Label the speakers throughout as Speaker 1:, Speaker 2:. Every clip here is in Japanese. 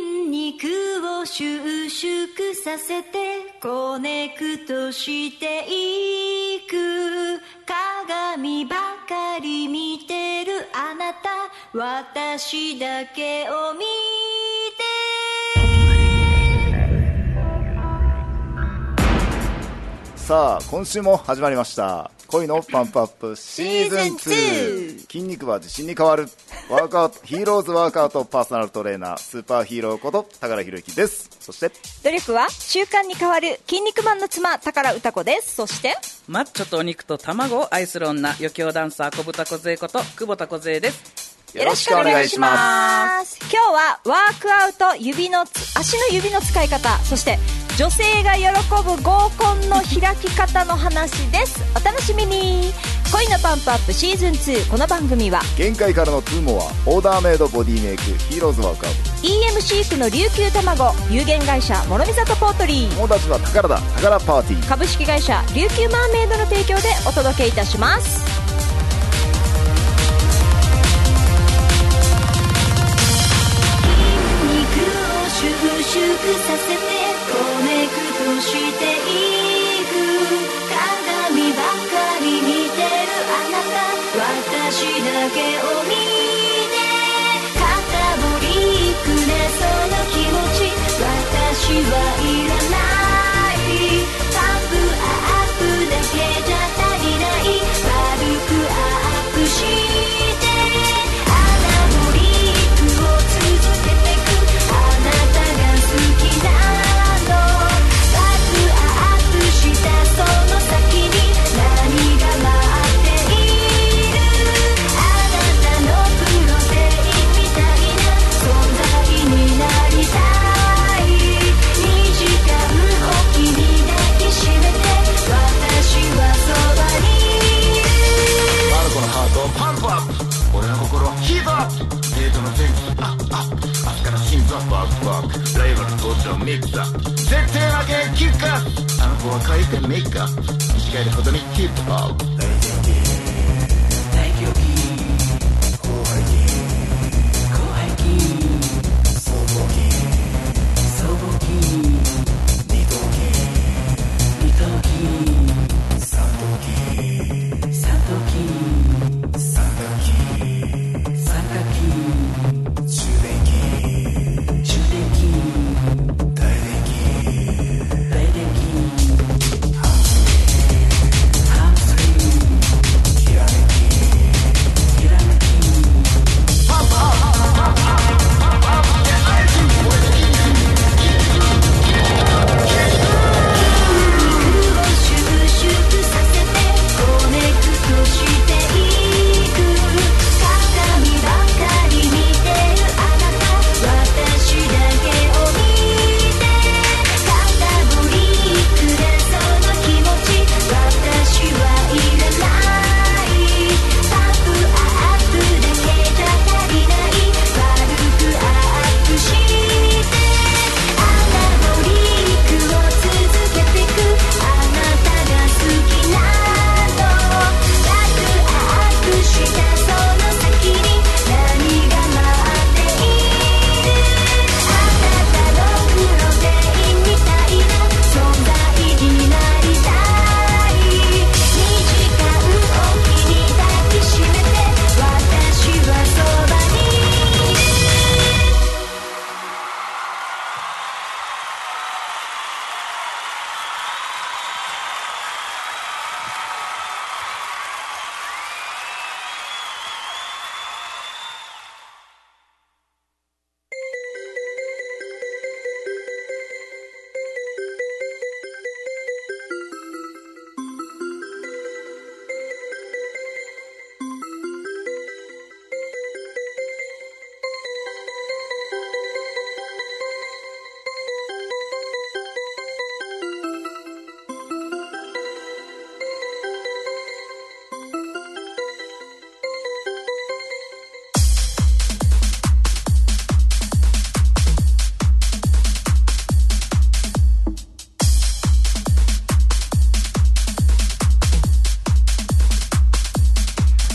Speaker 1: 肉を収縮させてコネクトしていく鏡ばかり見てるあなた私だけを見て
Speaker 2: さあ今週も始まりました恋のパンプアップシーズン 2,
Speaker 1: シーズン2
Speaker 2: 筋肉は自信に変わるワークアウト ヒーローズワークアウトパーソナルトレーナースーパーヒーローこと高田博之ですそして
Speaker 3: 努力は習慣に変わる筋肉マンの妻宝歌子ですそして
Speaker 4: マッチョとお肉と卵を愛する女余興ダンサー小豚小杖こと久保田小杖です
Speaker 2: よろしくお願いします
Speaker 3: 今日はワークアウト指のつ足の指の使い方そして女性が喜ぶ合コンの開き方の話ですお楽しみに恋のパンプアップシーズン2この番組は
Speaker 2: す限界からの2モアオーダーメイドボディメイクヒーローズワークアウ
Speaker 3: EM シークの琉球卵有限会社諸見里ポートリー
Speaker 2: ト友達は宝だ宝パーティー
Speaker 3: 株式会社琉球マーメイドの提供でお届けいたします
Speaker 1: 肉を収縮させてコネクトしていく鏡ばかり見てるあなた私だけを見て肩ぼりくれそうな気持ち私はいらないパンプアップだけじゃ足りない軽くアップしてアナボリックを続けてく「あなたが好きなの」「バクアップしたその先に何が待っている」「あなたのプロテインみたいな存在になりたい」「2時間おきに抱きしめて私はそばにいる」
Speaker 5: マルコのハートをパンプアップ俺の心はヒートアップデートのセンスアップアップ明日から心臓バックバックライバル登場ミックスアップ絶対負けんキックアップあの子は回転メイクアップ短いほどにキップアップ
Speaker 1: 「収縮させてコネクトしていく」「鏡ばかり見てるあなた」「私だけを見て」「肩ぶりくれその気持ち」「私はいらない」「パップアップだけじゃ足りない」「軽くアップして」アナボリックを続けてくあなたが好きなのバクアップしたその先に何が待っているあなたのプロテインみたいな存在になりたい2時間おきに抱きしめて私はそばに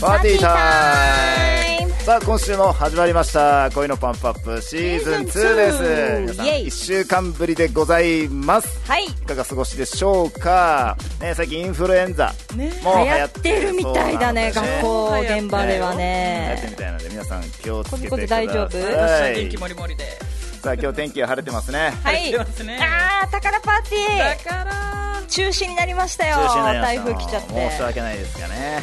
Speaker 2: パーティータイム
Speaker 3: イム
Speaker 2: さあ今週も始まりました恋のパンプアップシーズン2です
Speaker 1: シーズンツー
Speaker 2: 皆さん
Speaker 1: イエイ
Speaker 2: 1週間ぶりでございます
Speaker 1: はい
Speaker 2: いかが過ごしでしょうか、ね、最近インフルエンザ
Speaker 4: ね
Speaker 2: もう
Speaker 1: 流行ってるみたいだね
Speaker 2: そうなので
Speaker 1: 学校
Speaker 4: ね
Speaker 1: 現場では
Speaker 2: 流行ってる
Speaker 1: ね
Speaker 2: みたいなので皆さん気をつ
Speaker 1: こ
Speaker 2: けて
Speaker 1: じこ
Speaker 2: く
Speaker 1: じ
Speaker 2: ださ
Speaker 1: 大
Speaker 2: い
Speaker 1: 丈夫
Speaker 4: 私は
Speaker 2: は
Speaker 4: 元気
Speaker 2: い
Speaker 4: もりもりで
Speaker 2: さあ今日天気は晴れてますね
Speaker 1: はい
Speaker 4: やってますね
Speaker 1: あー宝パーテ
Speaker 4: だ
Speaker 1: ィー
Speaker 4: から
Speaker 1: 中止になりましたよ
Speaker 2: 中止になりまし
Speaker 1: 台
Speaker 2: た
Speaker 1: 風来ちゃって
Speaker 2: 申し訳ないですがね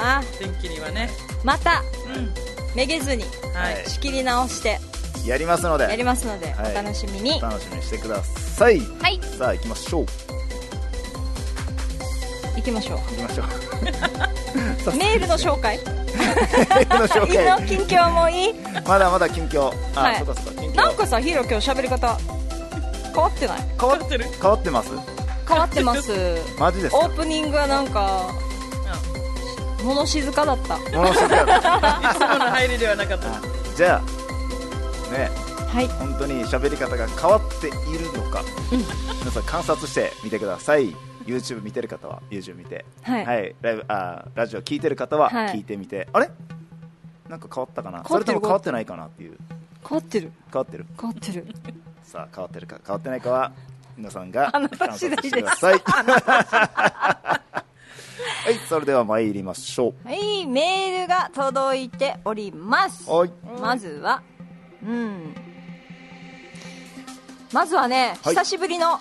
Speaker 1: あー
Speaker 4: 天気にはね
Speaker 1: また
Speaker 4: うん
Speaker 1: めげずに
Speaker 4: はい
Speaker 2: はい
Speaker 1: 仕切り直して
Speaker 2: やりますので
Speaker 1: やりますので
Speaker 2: はい
Speaker 1: お楽しみに
Speaker 2: お楽しみにしてください
Speaker 1: はい
Speaker 2: さあ行きましょう
Speaker 1: 行きましょ
Speaker 2: 行きましょう
Speaker 1: うメールの紹介
Speaker 2: メールの紹
Speaker 1: 犬の
Speaker 2: 介
Speaker 1: 近況もいい
Speaker 2: まだまだ近況あ、
Speaker 1: はい
Speaker 2: そうかそうか近況
Speaker 1: なんかさヒーロー今日喋り方変わってない
Speaker 2: 変わ
Speaker 4: 変わってる
Speaker 2: 変わってます
Speaker 1: 変わってます
Speaker 2: マ ジです
Speaker 1: オ
Speaker 2: か
Speaker 1: ープニングはなんか物静かだった
Speaker 2: 物知りだ
Speaker 4: いつもの入りではなかった
Speaker 2: じゃあね
Speaker 1: はい
Speaker 2: 本当に喋り方が変わっているのか、皆さん観察してみてください YouTube 見てる方は YouTube 見て、
Speaker 1: はい
Speaker 2: ライブあーラジオ聞いてる方は
Speaker 1: はい
Speaker 2: 聞いてみて、あれなんか変わったかな
Speaker 1: 変
Speaker 2: そ
Speaker 1: わっ
Speaker 2: れ
Speaker 1: て
Speaker 2: と
Speaker 1: る
Speaker 2: も変わってないかなっていう
Speaker 1: 変わってる
Speaker 2: 変わってる
Speaker 1: 変わってる
Speaker 2: さあ変わってるか変わってないかは皆さんが
Speaker 1: あ
Speaker 2: 観
Speaker 1: なた
Speaker 2: 察
Speaker 1: 次第
Speaker 2: し
Speaker 1: です
Speaker 2: てください はいそれでは参りましょ
Speaker 1: はいメールが届いております
Speaker 2: うはい
Speaker 1: まずはうんまずはね、
Speaker 2: はい
Speaker 1: 久しぶりの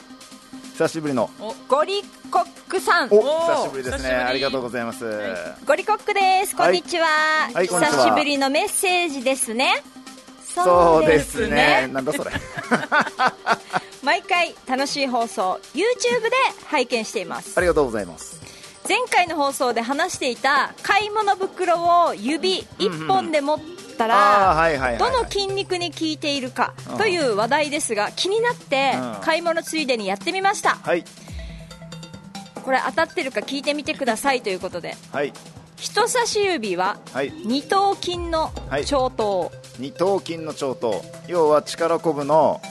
Speaker 2: 久しぶりの
Speaker 1: ゴリコックさん
Speaker 2: お
Speaker 4: ー
Speaker 2: 久しぶりです
Speaker 4: 久
Speaker 2: ね
Speaker 4: しぶり
Speaker 2: ありがとうございます、
Speaker 4: は
Speaker 1: ゴリコックですこんにちは,、
Speaker 2: いはいこんにちは
Speaker 1: 久しぶりのメッセージですね
Speaker 2: そうですねなんだそれ
Speaker 1: 毎回楽しい放送 YouTube で拝見しています
Speaker 2: ありがとうございます。
Speaker 1: 前回の放送で話していた買い物袋を指1本で持った
Speaker 2: あーはいはいはいは
Speaker 1: ら
Speaker 2: い
Speaker 1: どの筋肉に効いているか
Speaker 2: うん
Speaker 1: という話題ですが気になって
Speaker 2: うん
Speaker 1: 買い物ついでにやってみました
Speaker 2: はい、
Speaker 1: これ当たってるか聞いてみてくださいということで
Speaker 2: はい、
Speaker 1: 人差し指は
Speaker 2: はい、
Speaker 1: 二頭筋の長頭
Speaker 2: 二頭筋の長頭、要は力こぶの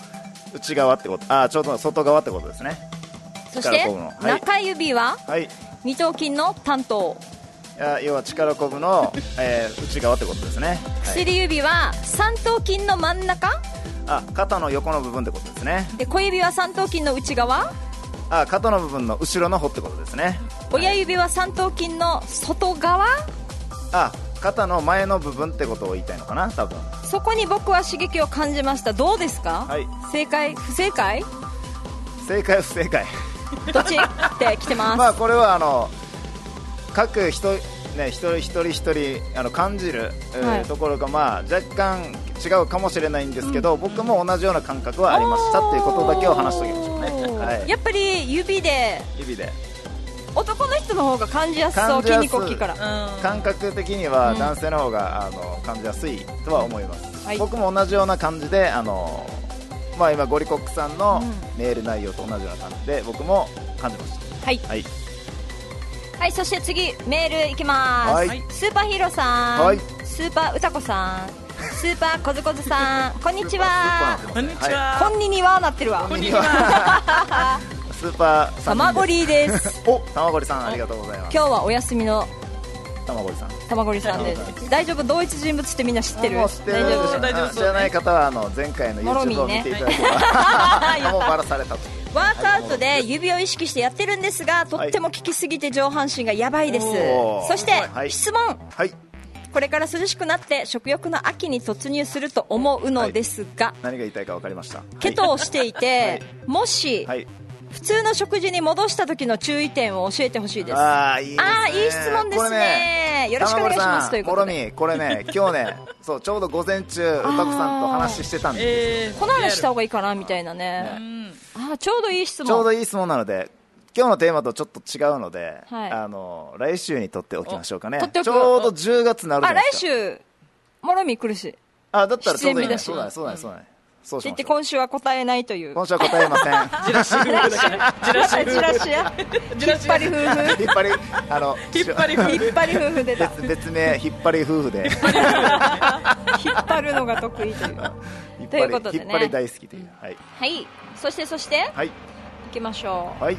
Speaker 2: 内側ってこと、あー、長頭の外側ってことですね。
Speaker 1: そして
Speaker 2: 力こぶのはい
Speaker 1: 中指は
Speaker 2: はい、
Speaker 1: 二頭筋の短頭
Speaker 2: あー要は力こぶの、えー内側ってことですね。はい、
Speaker 1: 薬指は三頭筋の真ん中
Speaker 2: あ、肩の横の部分ってことですね。
Speaker 1: で小指は三頭筋の内側
Speaker 2: あー、肩の部分の後ろの方ってことですね。
Speaker 1: 親指は三頭筋の外側
Speaker 2: あ、肩の前の部分ってことを言いたいのかな、多分。
Speaker 1: そこに僕は刺激を感じましたどうですか、
Speaker 2: はい
Speaker 1: 正解不正解
Speaker 2: 正解不正解。
Speaker 1: どっちって来てます、
Speaker 2: まあこれはあの各人ね一人一人一人あの感じる、えー
Speaker 1: はい
Speaker 2: ところがまあ若干違うかもしれないんですけど、僕も同じような感覚はありましたっていうことだけを話しておきましょうね。はい。
Speaker 1: やっぱり指で
Speaker 2: 指で
Speaker 1: 男の人の方が感じやすそう
Speaker 2: 感じや
Speaker 1: 筋
Speaker 2: すい
Speaker 1: 肉大きいから
Speaker 4: うん
Speaker 2: 感覚的には男性の方が、あの感じやすいとは思います、
Speaker 1: はい
Speaker 2: 僕も同じような感じであの、まあ、今ゴリコックさんの
Speaker 1: う
Speaker 2: メール内容と同じような感じで僕も感じまし
Speaker 1: はい
Speaker 2: たはい
Speaker 1: はい、そして次メールいきます、
Speaker 2: はい
Speaker 1: スーパーヒーローさん、
Speaker 2: はい
Speaker 1: スーパー歌子さ んスーパーコズコズさんこんにちは
Speaker 2: スーパー
Speaker 4: こんにちは、
Speaker 1: こんににはなってるわ
Speaker 4: こんにちは
Speaker 2: スーパーさ
Speaker 1: た
Speaker 2: ん
Speaker 1: まごりー です
Speaker 2: おたまごりさんありがとうございます
Speaker 1: 今日はお休みの
Speaker 2: たまごりさん
Speaker 1: たまごりさんです大丈夫同一人物ってみんな知ってる
Speaker 2: もう知ってる
Speaker 1: 大丈夫
Speaker 4: 大丈夫
Speaker 2: 知らない方はあの前回の
Speaker 1: もろみ
Speaker 2: YouTube を
Speaker 1: ね
Speaker 2: 見ていただければ
Speaker 1: やった
Speaker 2: もうバラされたと
Speaker 1: ワークアウトで指を意識してやってるんですがとっても効きすぎて上半身がやばいです
Speaker 2: おー
Speaker 1: そして、
Speaker 2: はい
Speaker 1: 質問
Speaker 2: はい
Speaker 1: これから涼しくなって食欲の秋に突入すると思うのですが、
Speaker 2: 何が言いたいか分かりました
Speaker 1: ケトをしていて、もし、
Speaker 2: はい、はい、
Speaker 1: 普通の食事に戻した時の注意点を教えてほしいですあ
Speaker 2: ああいいですね
Speaker 1: あーいい質問ですね
Speaker 2: これ
Speaker 1: よろしくお願いしますと
Speaker 2: た
Speaker 1: いう
Speaker 2: ま
Speaker 1: こ
Speaker 2: ご
Speaker 1: と
Speaker 2: り
Speaker 1: で
Speaker 2: さんもろみこれ ね今日ねそうちょうど午前中うたこさんと話してたんで
Speaker 4: えー
Speaker 1: この話した方がいいかなみたいなね
Speaker 4: うん
Speaker 1: あーちょうどいい質問
Speaker 2: ちょうどいい質問なので今日のテーマとちょっと違うので、
Speaker 1: はい
Speaker 2: あの来週にとっておきましょうかね
Speaker 1: お取っておく
Speaker 2: ちょうど10月になるじゃ
Speaker 1: あ
Speaker 2: な
Speaker 1: 来
Speaker 2: いですか
Speaker 1: 週もろみ来るしって
Speaker 2: あだったらちょうどい
Speaker 1: 出演日
Speaker 2: いね
Speaker 1: だし
Speaker 2: そうだねそうだねそうだねそうし
Speaker 1: 言
Speaker 2: ま
Speaker 1: って
Speaker 2: しょう
Speaker 1: 今週は答えないという
Speaker 2: 今週は答えま せん
Speaker 4: じらし風だからじらし
Speaker 1: じらしや
Speaker 4: じらし
Speaker 1: 引っ張り夫婦
Speaker 2: 引っ張り、あの、
Speaker 4: 引っ張り風
Speaker 1: 引っ張り夫婦出た
Speaker 2: 別別名、引っ張り夫婦で、
Speaker 1: 引っ張るのが得意という
Speaker 2: 引っ
Speaker 1: ということで
Speaker 2: 張り、
Speaker 1: ね
Speaker 2: 引っ張り大好きという。はい。
Speaker 1: はいそしてそして
Speaker 2: はい。
Speaker 1: 行きましょう
Speaker 2: はい。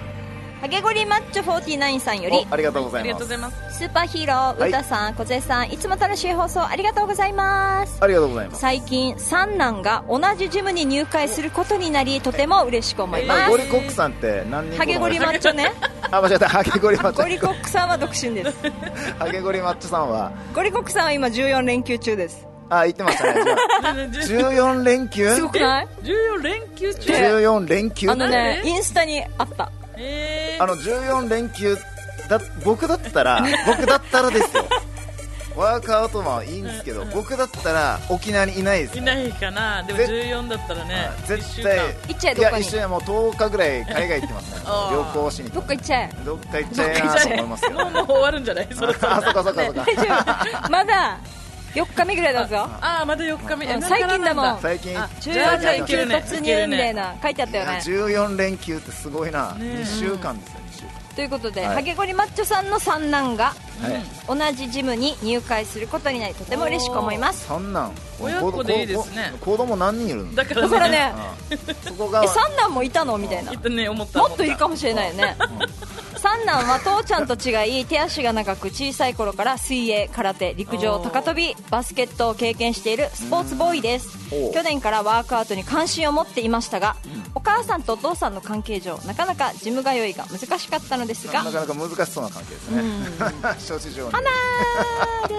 Speaker 1: ハゲゴリマッチョ49さんより
Speaker 2: おありがとうござ
Speaker 4: あり
Speaker 2: い
Speaker 4: が
Speaker 2: ま
Speaker 4: とう
Speaker 2: す
Speaker 4: ございます。
Speaker 1: スーパーヒーロー、
Speaker 2: はいう
Speaker 1: たさん、小杉さん、いつも楽しい放送ありがとうございます。
Speaker 2: ありがとうございます
Speaker 1: 最近、三男が同じジムに入会することになり、とても嬉しく思いま
Speaker 2: あ
Speaker 1: す
Speaker 2: ゴ。リコックさんって何人
Speaker 1: ハゲゴリマッチョ ね。
Speaker 2: あ間違えたハゲゴリマッチ
Speaker 1: ゴリ
Speaker 2: ョ
Speaker 1: コックさんは独身です。
Speaker 2: ハゲゴリマッチョさんは
Speaker 1: ゴリコックさんは今14連休中です。
Speaker 2: あ言ってましたね違う14連休
Speaker 1: すごくない
Speaker 4: 14連休中。
Speaker 2: 14連休
Speaker 1: あのね、
Speaker 4: え
Speaker 1: インスタにあった。
Speaker 4: えー
Speaker 2: あの14連休だ僕だったら僕だったらですよワークアウトマンはいいんですけど僕だったら沖縄にいないです
Speaker 4: いないかな。でも
Speaker 2: ぜ
Speaker 4: 14だったらね。
Speaker 2: 絶対
Speaker 4: 一週間
Speaker 1: 行っちゃえ
Speaker 2: い
Speaker 1: どっ
Speaker 2: や
Speaker 1: かに
Speaker 2: 一緒にもう10日ぐらい海外行ってますね
Speaker 4: あー
Speaker 2: 旅行しに
Speaker 1: どっか行っちゃえ。
Speaker 2: どっか行っちゃえなと思いますよ
Speaker 4: もうもう終わるんじゃない？そろそろ。
Speaker 2: あそっかそっかそっか
Speaker 1: 大丈夫。まだ、4日目ぐらいだぞ。
Speaker 4: ああまだ4日目。
Speaker 1: うん
Speaker 4: えなんか
Speaker 1: 最近だもん
Speaker 4: なん
Speaker 2: 最近
Speaker 4: あ
Speaker 1: 中
Speaker 4: じゃあ
Speaker 1: 4
Speaker 4: じゃあ
Speaker 1: 連
Speaker 4: いけ
Speaker 1: 休
Speaker 4: るね。
Speaker 1: 突入みたいな、書いてあったよね。
Speaker 2: 14連休ってすごいな、
Speaker 4: ねえ
Speaker 2: 2週間ですよ2週
Speaker 1: ということで、
Speaker 2: はい
Speaker 1: ハゲゴリマッチョさんの三男が
Speaker 2: 間、はい
Speaker 1: 同じジムに入会することになりとても嬉しく思います
Speaker 2: 三男
Speaker 4: 親子でいいですね
Speaker 2: 子供何人いるの
Speaker 4: だか
Speaker 1: だから
Speaker 4: らね。
Speaker 1: ね
Speaker 2: そこが
Speaker 1: え三男もいたのみたいな
Speaker 4: き
Speaker 1: も
Speaker 4: っとね思った。
Speaker 1: っといるかもしれないよね三男は父ちゃんと違い手足が長く小さい頃から水泳空手陸上
Speaker 4: おー
Speaker 1: 高跳びバスケットを経験しているスポーツボーイです
Speaker 2: おー
Speaker 1: 去年からワークアウトに関心を持っていましたがお母さんとお父さんの関係上なかなかジム通いが難しかったのですが
Speaker 2: なかなか難しそうな関係ですね 諸事情に
Speaker 1: 花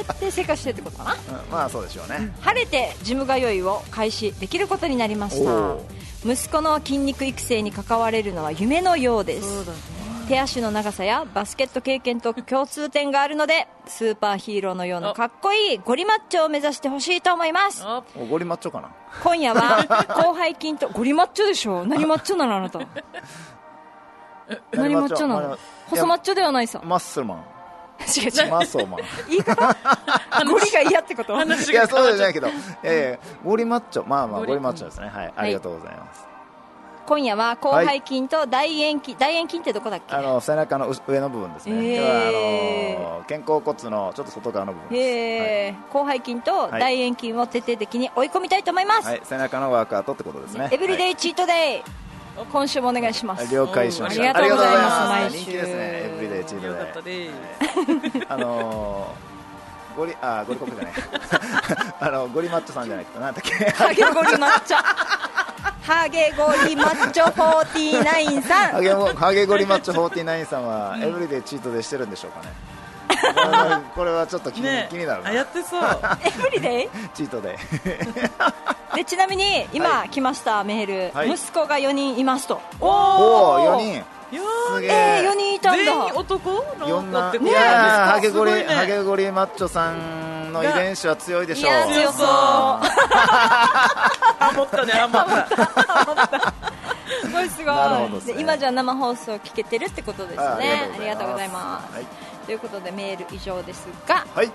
Speaker 1: だってせかしてってことかな
Speaker 2: うんまあそうでしょうね、
Speaker 1: 晴れてジム通いを開始できることになりました
Speaker 2: おー
Speaker 1: 息子の筋肉育成に関われるのは夢のようです手足の長さやバスケット経験と共通点があるのでスーパーヒーローのようなかっこいいゴリマッチョを目指してほしいと思います
Speaker 4: あ
Speaker 2: おゴリマッチョかな
Speaker 1: 今夜は広背筋とゴリマッチョでしょ何マッチョなのあなた何マッチョなの細マッ
Speaker 2: チ
Speaker 1: チョではないさ
Speaker 2: マッスルマン
Speaker 1: 違う違う
Speaker 2: マッソーマン
Speaker 1: 言い方ゴリが嫌ってこと
Speaker 4: 話
Speaker 2: いや
Speaker 4: が
Speaker 2: そうじゃないけど、ええゴリマッチョまあまあ
Speaker 4: ゴ
Speaker 2: ゴ
Speaker 4: リ
Speaker 2: リマッチョですねはいありがとうございます、
Speaker 1: 今夜は広背筋と大円筋大円筋ってどこだっけ
Speaker 2: あの背中のう上の部分ですね、
Speaker 1: へえ
Speaker 2: 今日はあの肩甲骨のちょっと外側の部分です、
Speaker 1: えー広背筋と大円筋を徹底的に追い込みたいと思います、
Speaker 2: はいはい、背中のワークアウトってことですね
Speaker 1: エブリ
Speaker 2: イ
Speaker 1: デイチートデイ、今週もお願いします
Speaker 2: 了解しました
Speaker 1: ありがとうございます
Speaker 2: ありがとうござい
Speaker 1: 毎週
Speaker 2: 人気ですねエブリデイチー
Speaker 4: よかっ
Speaker 2: ト
Speaker 4: た
Speaker 2: で
Speaker 4: です。
Speaker 2: あのーゴリあゴリコックじゃない あのゴリマッチョさんじゃないかなんだっけ
Speaker 1: ハゲゴリマッチョハゲゴリマッチョ49さ
Speaker 2: ハ
Speaker 1: ん
Speaker 2: ゲモハゲゴリマッチョ49さんはエブリデイチートでしてるんでしょうかね、これ はこれはちょっと気に,、
Speaker 4: ね
Speaker 2: 気になる
Speaker 4: あ
Speaker 2: な
Speaker 4: やってそう。あ
Speaker 1: エブリデイ
Speaker 2: チートで
Speaker 1: でちなみに今来ましたメール、
Speaker 2: はい
Speaker 1: 息子が4人いますと
Speaker 2: おお4人
Speaker 4: いや
Speaker 2: すげ
Speaker 1: えー、4
Speaker 2: え
Speaker 1: 人いたん
Speaker 4: 全員
Speaker 1: だ
Speaker 4: 男
Speaker 2: 四
Speaker 4: の子
Speaker 2: 男
Speaker 4: って
Speaker 2: い
Speaker 4: こと
Speaker 2: やー
Speaker 4: な
Speaker 2: ハ
Speaker 4: んで
Speaker 2: ゲ
Speaker 4: すか
Speaker 2: ゴリ
Speaker 4: すごいね
Speaker 2: ハゲゴリマッチョさんの遺伝子は強いでしょう
Speaker 1: いや強そう
Speaker 4: あ持ったねあ持った
Speaker 1: すごいすごい
Speaker 2: なるほどですね
Speaker 1: で今じゃ生放送聞けてるってことですね
Speaker 2: あ
Speaker 1: あり
Speaker 2: り
Speaker 1: が
Speaker 2: が
Speaker 1: とう
Speaker 2: とう
Speaker 1: ご
Speaker 2: ご
Speaker 1: ざ
Speaker 2: ざ
Speaker 1: い
Speaker 2: い
Speaker 1: ま
Speaker 2: ますす
Speaker 1: ということでメール以上ですが
Speaker 2: はい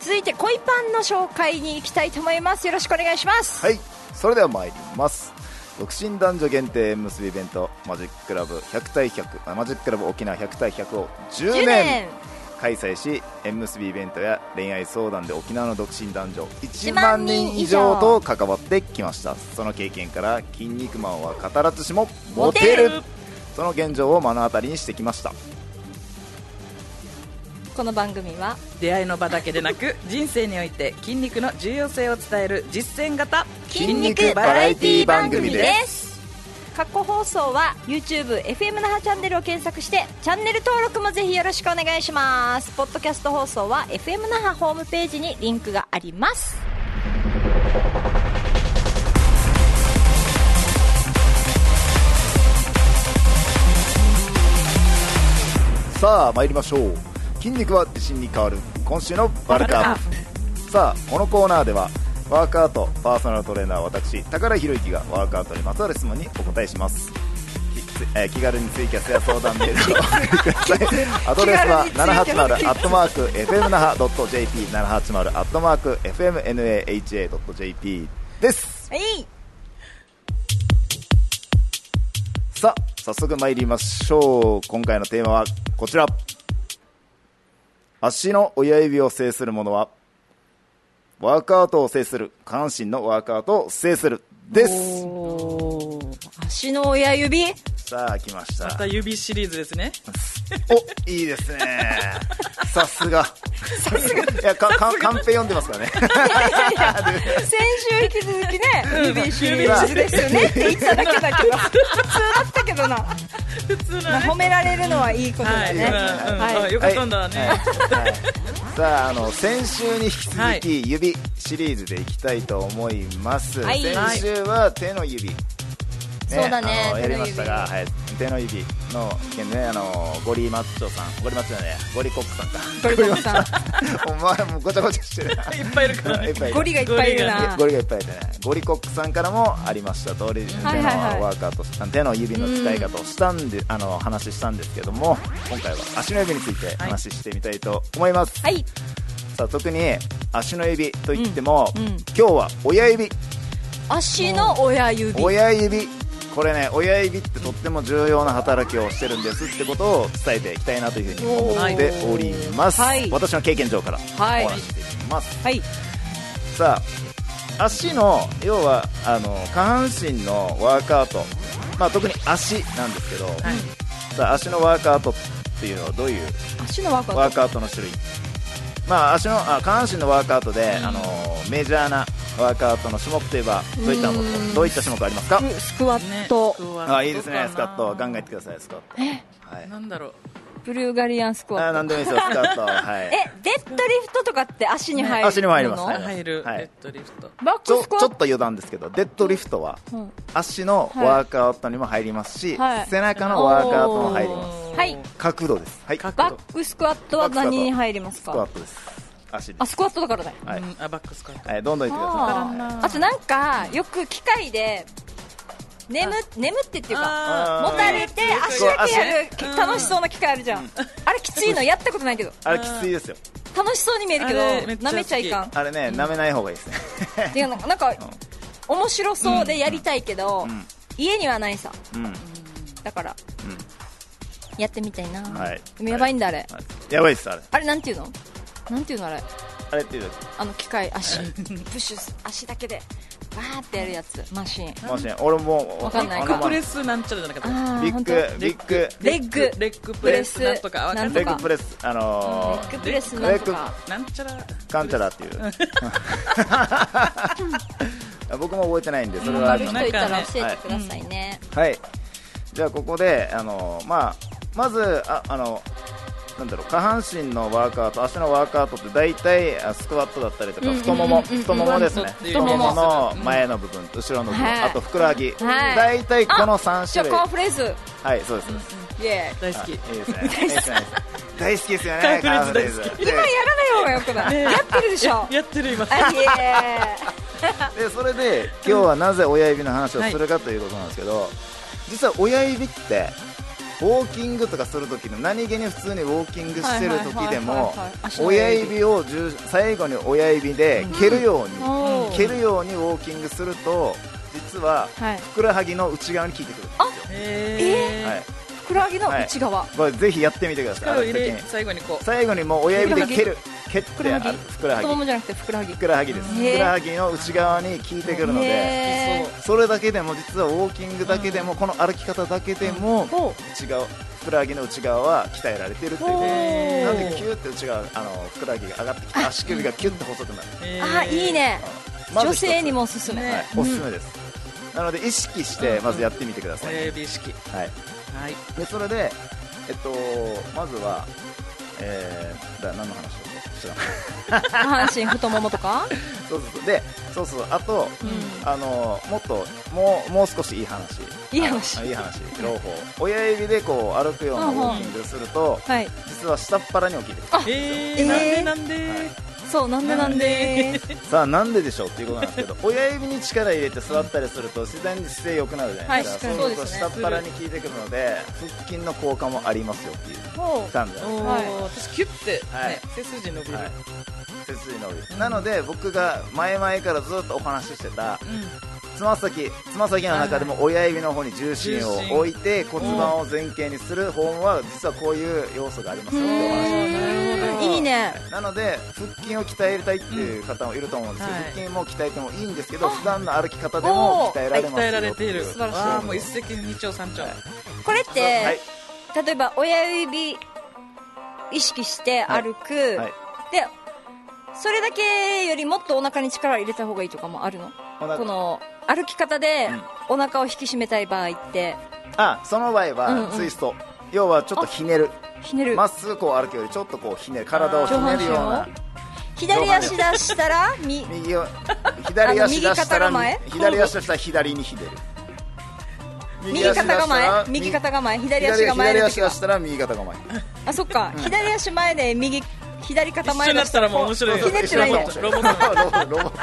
Speaker 1: 続いて恋パンの紹介に行きたいと思いますよろしくお願いします、
Speaker 2: はい、それでは参ります独身男女限定縁結びイベントマジッククラブ100対100あマジッククラブ沖縄100対100を10
Speaker 1: 10
Speaker 2: 年
Speaker 1: 年
Speaker 2: 開催し縁結びイベントや恋愛相談で沖縄の独身男女1
Speaker 1: 1万
Speaker 2: 万
Speaker 1: 人
Speaker 2: 人
Speaker 1: 以
Speaker 2: 以
Speaker 1: 上
Speaker 2: 上と関わってきましたその経験から「筋肉マンは語らずしも
Speaker 1: モ
Speaker 2: モ
Speaker 1: テ
Speaker 2: テ
Speaker 1: る
Speaker 2: る」その現状を目の当たりにしてきました
Speaker 1: この番組は
Speaker 4: 出会いの場だけでなく人生において筋肉の重要性を伝える実践型
Speaker 2: 筋肉バラエティ番組です
Speaker 1: 過去放送は YouTubeFM 那覇チャンネルを検索してチャンネル登録もぜひよろしくお願いしますポッドキャスト放送は FM 那覇ホームページにリンクがあります
Speaker 2: さあ参りましょう筋肉は自信に変わる今週のバルカさあこのコーナーではワークアウトパーソナルトレーナー私宝博之がワークアウトにまつわる質問にお答えしますきつえー気軽にツイキャスや相談メー ルをお送りくださいアドレスは780アットマーク FM 那覇 .jp 780アットマーク FMNAHA.jp です
Speaker 1: はい
Speaker 2: さあ早速参りましょう今回のテーマはこちら足の親指を制するものはワークアウトを制する下半身のワークアウトを制するです
Speaker 1: おー足の親指
Speaker 2: さあ来ました
Speaker 4: また指シリーズです ね。
Speaker 2: おいいですねさすがいやかかんカンペ読んでますからね
Speaker 1: 先週引き続きね、指シリーズですよねって言っただけだけど、普通だったけどな、
Speaker 4: 普通のね。
Speaker 1: まあ褒められるのはいいこと
Speaker 4: は
Speaker 1: だ
Speaker 4: い。
Speaker 1: ね。
Speaker 4: うんうん
Speaker 1: は
Speaker 4: あ
Speaker 1: い
Speaker 4: よかったんだね。
Speaker 2: はいはいさああの先週に引き続き、
Speaker 4: はい
Speaker 2: 指シリーズでいきたいと思います、
Speaker 1: はい
Speaker 2: 先週は手の指、ね
Speaker 1: そうだね
Speaker 2: あの
Speaker 1: 手の
Speaker 2: や
Speaker 1: 指
Speaker 2: りましたが、はい、手の指の件ねあのゴリマッチョさんゴリマッチョじゃねえゴリコックさんか
Speaker 1: ゴリコックさん
Speaker 2: お前もうごちゃごちゃしてる
Speaker 4: いっぱいいるから
Speaker 2: いっ
Speaker 4: ね。
Speaker 2: ぱいいる
Speaker 1: ゴリがいっぱいいる
Speaker 4: ゴリ
Speaker 1: な。
Speaker 2: ゴリがいっぱいいてねゴリコックさんからもありました通り手の
Speaker 1: はいはいはい
Speaker 2: ワーカーとして手の指の使い方をしたんで、あの話したんですけども今回は足の指について話してみたいと思います、
Speaker 1: はい、
Speaker 2: さあ特に足の指といっても、
Speaker 1: うんうん
Speaker 2: 今日は親指
Speaker 1: 足の親指。
Speaker 2: 親指これね親指ってとっても重要な働きをしてるんですってことを伝えていきたいなというふうに思っております、
Speaker 1: はい
Speaker 2: 私の経験上からお
Speaker 1: はい
Speaker 2: 話ししていきます、
Speaker 1: はい、
Speaker 2: さあ足の要はあの下半身のワークアウト、まあ、特に足なんですけど、
Speaker 4: はい
Speaker 2: さあ足のワークアウトっていうのはどういう
Speaker 1: 足のワークア
Speaker 2: ワ
Speaker 1: ウ
Speaker 2: ークアウトの種類、まあ、足のあ下半身のワークアウトで、あのメジャーなワークアウトの種目といえばどういったものどういった種目ありますか
Speaker 1: ト。スクワッ
Speaker 4: ね
Speaker 1: ト、
Speaker 4: スクワットかな
Speaker 2: あいいですねスカットガンガンいってくださいスカットはい
Speaker 4: なんだろう。
Speaker 1: ブルーガリアンスクワッ
Speaker 2: あ
Speaker 1: ト。
Speaker 2: 何でもいいですよスカットはい
Speaker 1: え、デッドリフトとかって足に入るの？
Speaker 2: 足にも入りますはい
Speaker 4: 入る。レ
Speaker 2: はい
Speaker 4: ッドリフト。
Speaker 1: バッ
Speaker 2: ちょ
Speaker 1: クス
Speaker 2: ちょ
Speaker 1: ク
Speaker 2: っ
Speaker 1: ワッ
Speaker 2: と
Speaker 1: ト。
Speaker 2: 余談ですけどデッドリフトは
Speaker 1: うん
Speaker 2: 足のワークアウトにも入りますし、
Speaker 1: はい
Speaker 2: 背中のワークアウトも入ります
Speaker 4: おー
Speaker 1: はい
Speaker 2: 角度ですはい
Speaker 4: 角
Speaker 1: バックスクワットは何に入ります
Speaker 2: スクワ
Speaker 1: か
Speaker 2: ットです足で
Speaker 1: あスクワットだからだよ
Speaker 2: は
Speaker 4: う
Speaker 2: い、
Speaker 4: んあバックスカット。
Speaker 2: はい、どんどんいってください
Speaker 1: あーあとなんかよく機械で眠眠ってっていうか
Speaker 4: あ
Speaker 1: もたれて足だけやる
Speaker 4: 足ねうん
Speaker 1: 楽しそうな機械あるじゃんあれきついのやったことないけど
Speaker 2: あれきついですよ
Speaker 1: 楽しそうに見えるけど
Speaker 4: あれめっちゃ
Speaker 1: な
Speaker 4: 好き
Speaker 1: めちゃいかん
Speaker 2: あれね舐めない方がい いですね
Speaker 1: っていうのなんか面白そうでやりたいけど
Speaker 2: ん
Speaker 1: 家にはないさ
Speaker 2: うん
Speaker 1: だからやってみたいな
Speaker 2: はい
Speaker 1: でもやばいんだあれ
Speaker 2: やばいですあれ
Speaker 1: あれなんていうのなんていうのあれ
Speaker 2: あれっていう
Speaker 1: あの機械足プッシュす足だけでわーってやるやつマシン
Speaker 2: もしね俺も
Speaker 1: わかんない
Speaker 2: あ
Speaker 4: ビッ
Speaker 2: の
Speaker 4: グプレスなんちゃらじゃなかっ
Speaker 1: あー
Speaker 2: ビッ
Speaker 1: ほんと
Speaker 2: グビッグ
Speaker 1: レッグ
Speaker 4: レッグプレス
Speaker 1: レッグ
Speaker 4: なんとかわか
Speaker 1: なんん
Speaker 4: な
Speaker 2: レ
Speaker 4: い
Speaker 1: と
Speaker 2: ッグプレスあの
Speaker 1: レ
Speaker 2: ー
Speaker 1: ッグプレスなんとか
Speaker 4: なんちゃら
Speaker 2: カンチャラっていう 僕も覚えてないんでそれは
Speaker 1: あ
Speaker 2: あ
Speaker 1: る
Speaker 2: の
Speaker 1: 人いたら教えてくださいね
Speaker 2: はい、じゃあここで、あのまあ、まずああのなんだろう下半身のワークアウト足のワークアウトって大体あスクワットだったりとか太もも太ももですね
Speaker 4: 太
Speaker 2: 太
Speaker 4: も
Speaker 2: も
Speaker 4: も
Speaker 2: もの前の部分と後ろの部分、
Speaker 1: はい
Speaker 2: あとふくらはぎ、
Speaker 1: はい
Speaker 2: 大体この
Speaker 1: あ
Speaker 2: 3
Speaker 1: じゃ
Speaker 2: 種
Speaker 1: あ
Speaker 2: 類
Speaker 1: コーンフレーズ
Speaker 2: はいそうですそうです
Speaker 1: イエ
Speaker 4: 大好き。
Speaker 2: あいいですねいいですね大好きですよね
Speaker 4: カーフレーズ
Speaker 2: カーフ
Speaker 1: ー
Speaker 2: レ
Speaker 1: 今やらない方がよくないやってるでしょ
Speaker 4: やってる今。
Speaker 1: あイエ
Speaker 2: ででそれで今日はなぜ親指の話をするかということなんですけど、実は親指ってウォーキングとかするときの何気に普通にウォーキングしてるときで
Speaker 1: は
Speaker 2: も
Speaker 1: いはいはいはい足の親
Speaker 2: 親
Speaker 1: 指
Speaker 2: 指を重最後に親指で蹴るように、
Speaker 1: ーお
Speaker 2: 蹴
Speaker 1: ー
Speaker 2: るようにウォーキングすると実は
Speaker 1: はい
Speaker 2: ふくらはぎの内側に効いてくるんですよ、
Speaker 4: え
Speaker 2: はい、
Speaker 1: ふくらはぎの内側
Speaker 2: これぜひやってみてくださ
Speaker 4: 力を
Speaker 2: い
Speaker 4: 入
Speaker 2: あの時
Speaker 4: れ
Speaker 2: に
Speaker 4: 最後にこ
Speaker 2: 最後にもう親指で蹴る蹴っ
Speaker 1: ふく
Speaker 2: て
Speaker 1: らは
Speaker 2: あ
Speaker 1: ぎ
Speaker 2: のふくらは
Speaker 1: 太
Speaker 2: ぎ
Speaker 1: ももじゃなくてふくらはぎ
Speaker 2: ふくらはぎで
Speaker 1: へ
Speaker 2: す、
Speaker 1: ー
Speaker 2: ふくらはぎの内側に効いてくるので、
Speaker 4: う。
Speaker 1: へ
Speaker 2: それだけでも実はウォーキングだけでも、この歩き方だけでも、
Speaker 1: ーお
Speaker 2: 内側ふくらはぎの内側は鍛えられてるっていう
Speaker 1: おー
Speaker 2: なんでキューって内側あのふくらはぎが上がってきて足首がキュッて細くなる
Speaker 4: えー
Speaker 1: あいい。ね
Speaker 2: まず
Speaker 1: 女
Speaker 2: 一つ
Speaker 1: 性にもおすすめ
Speaker 2: はい、おすすめです、なので意識してまずやってみてください、
Speaker 4: 親指意識。
Speaker 2: はい、
Speaker 4: はい。
Speaker 2: でそれで、えっと、まずは、えー、だ何の話をしよう
Speaker 1: 下半身太ももとか
Speaker 2: そうそうそうでそうそうあと、
Speaker 1: ん
Speaker 2: あのもっともうもう少しいい話
Speaker 1: いい話
Speaker 2: あいい話両方親指でこう歩くようなウォーキングすると、
Speaker 1: はい
Speaker 2: 実は下っ腹にも効いてくる
Speaker 4: え
Speaker 1: えー
Speaker 4: ー、なんでなんで、
Speaker 1: そうなんでなんで
Speaker 2: さあなんででしょうっていうことなんですけど 親指に力入れて座ったりすると自然に姿勢良くなるじゃないですか、
Speaker 1: はい
Speaker 2: そうすると
Speaker 1: 確か
Speaker 2: 下
Speaker 1: に
Speaker 2: っ腹に効いてくるので腹筋の効果もありますよっていう
Speaker 1: ほう
Speaker 2: 感じなんです
Speaker 4: おお、
Speaker 2: ね
Speaker 1: はい
Speaker 4: 私キュッて、ね
Speaker 2: はい
Speaker 4: 背筋伸びる、
Speaker 2: はい背筋伸びるなので僕が前々からずっとお話ししてたつま先つま先の中でも親指の方に重心
Speaker 4: 重心
Speaker 2: を置いて骨盤を前傾にする方法は実はこういう要素がありますよってお話しし
Speaker 1: いいね
Speaker 2: たなので腹筋を鍛えたいっていう方もいると思うんですけど、
Speaker 4: はい
Speaker 2: 腹筋も鍛えてもいいんですけど普段の歩き方でも鍛えられますよ
Speaker 4: 鍛えられている
Speaker 2: は
Speaker 1: 晴らしい
Speaker 4: わあもう一石二鳥三鳥、
Speaker 2: はい
Speaker 1: これって、
Speaker 2: はい
Speaker 1: 例えば親指意識して歩く、
Speaker 2: はい
Speaker 1: でそれだけよりもっとお腹に力を入れた方がいいとかもあるの
Speaker 2: お腹
Speaker 1: この歩き方でお腹を引き締めたい場合って
Speaker 2: あその場
Speaker 1: う
Speaker 2: 合
Speaker 1: んうん
Speaker 2: はツイスト、要はちょっとひねる
Speaker 1: ひねる
Speaker 2: まっすぐこう歩くよりちょっとこうひねる体をひ
Speaker 1: 上
Speaker 2: ね
Speaker 1: 半
Speaker 2: る
Speaker 1: 身
Speaker 2: ような
Speaker 1: 左足出した らみ
Speaker 2: 右を左足出したら
Speaker 1: あの右肩構え
Speaker 2: み左足出したら左にひねる
Speaker 1: 右肩構え右
Speaker 2: 右
Speaker 1: 肩構え左足
Speaker 2: 左
Speaker 1: が前
Speaker 2: 左
Speaker 1: の
Speaker 2: 足
Speaker 1: 時
Speaker 2: 出
Speaker 1: は
Speaker 2: したら右肩構え
Speaker 1: あそっか、左足前で右左肩前
Speaker 4: 一緒になったらもう面白いよ
Speaker 1: ひねってないね
Speaker 4: ロボッ
Speaker 2: トロボット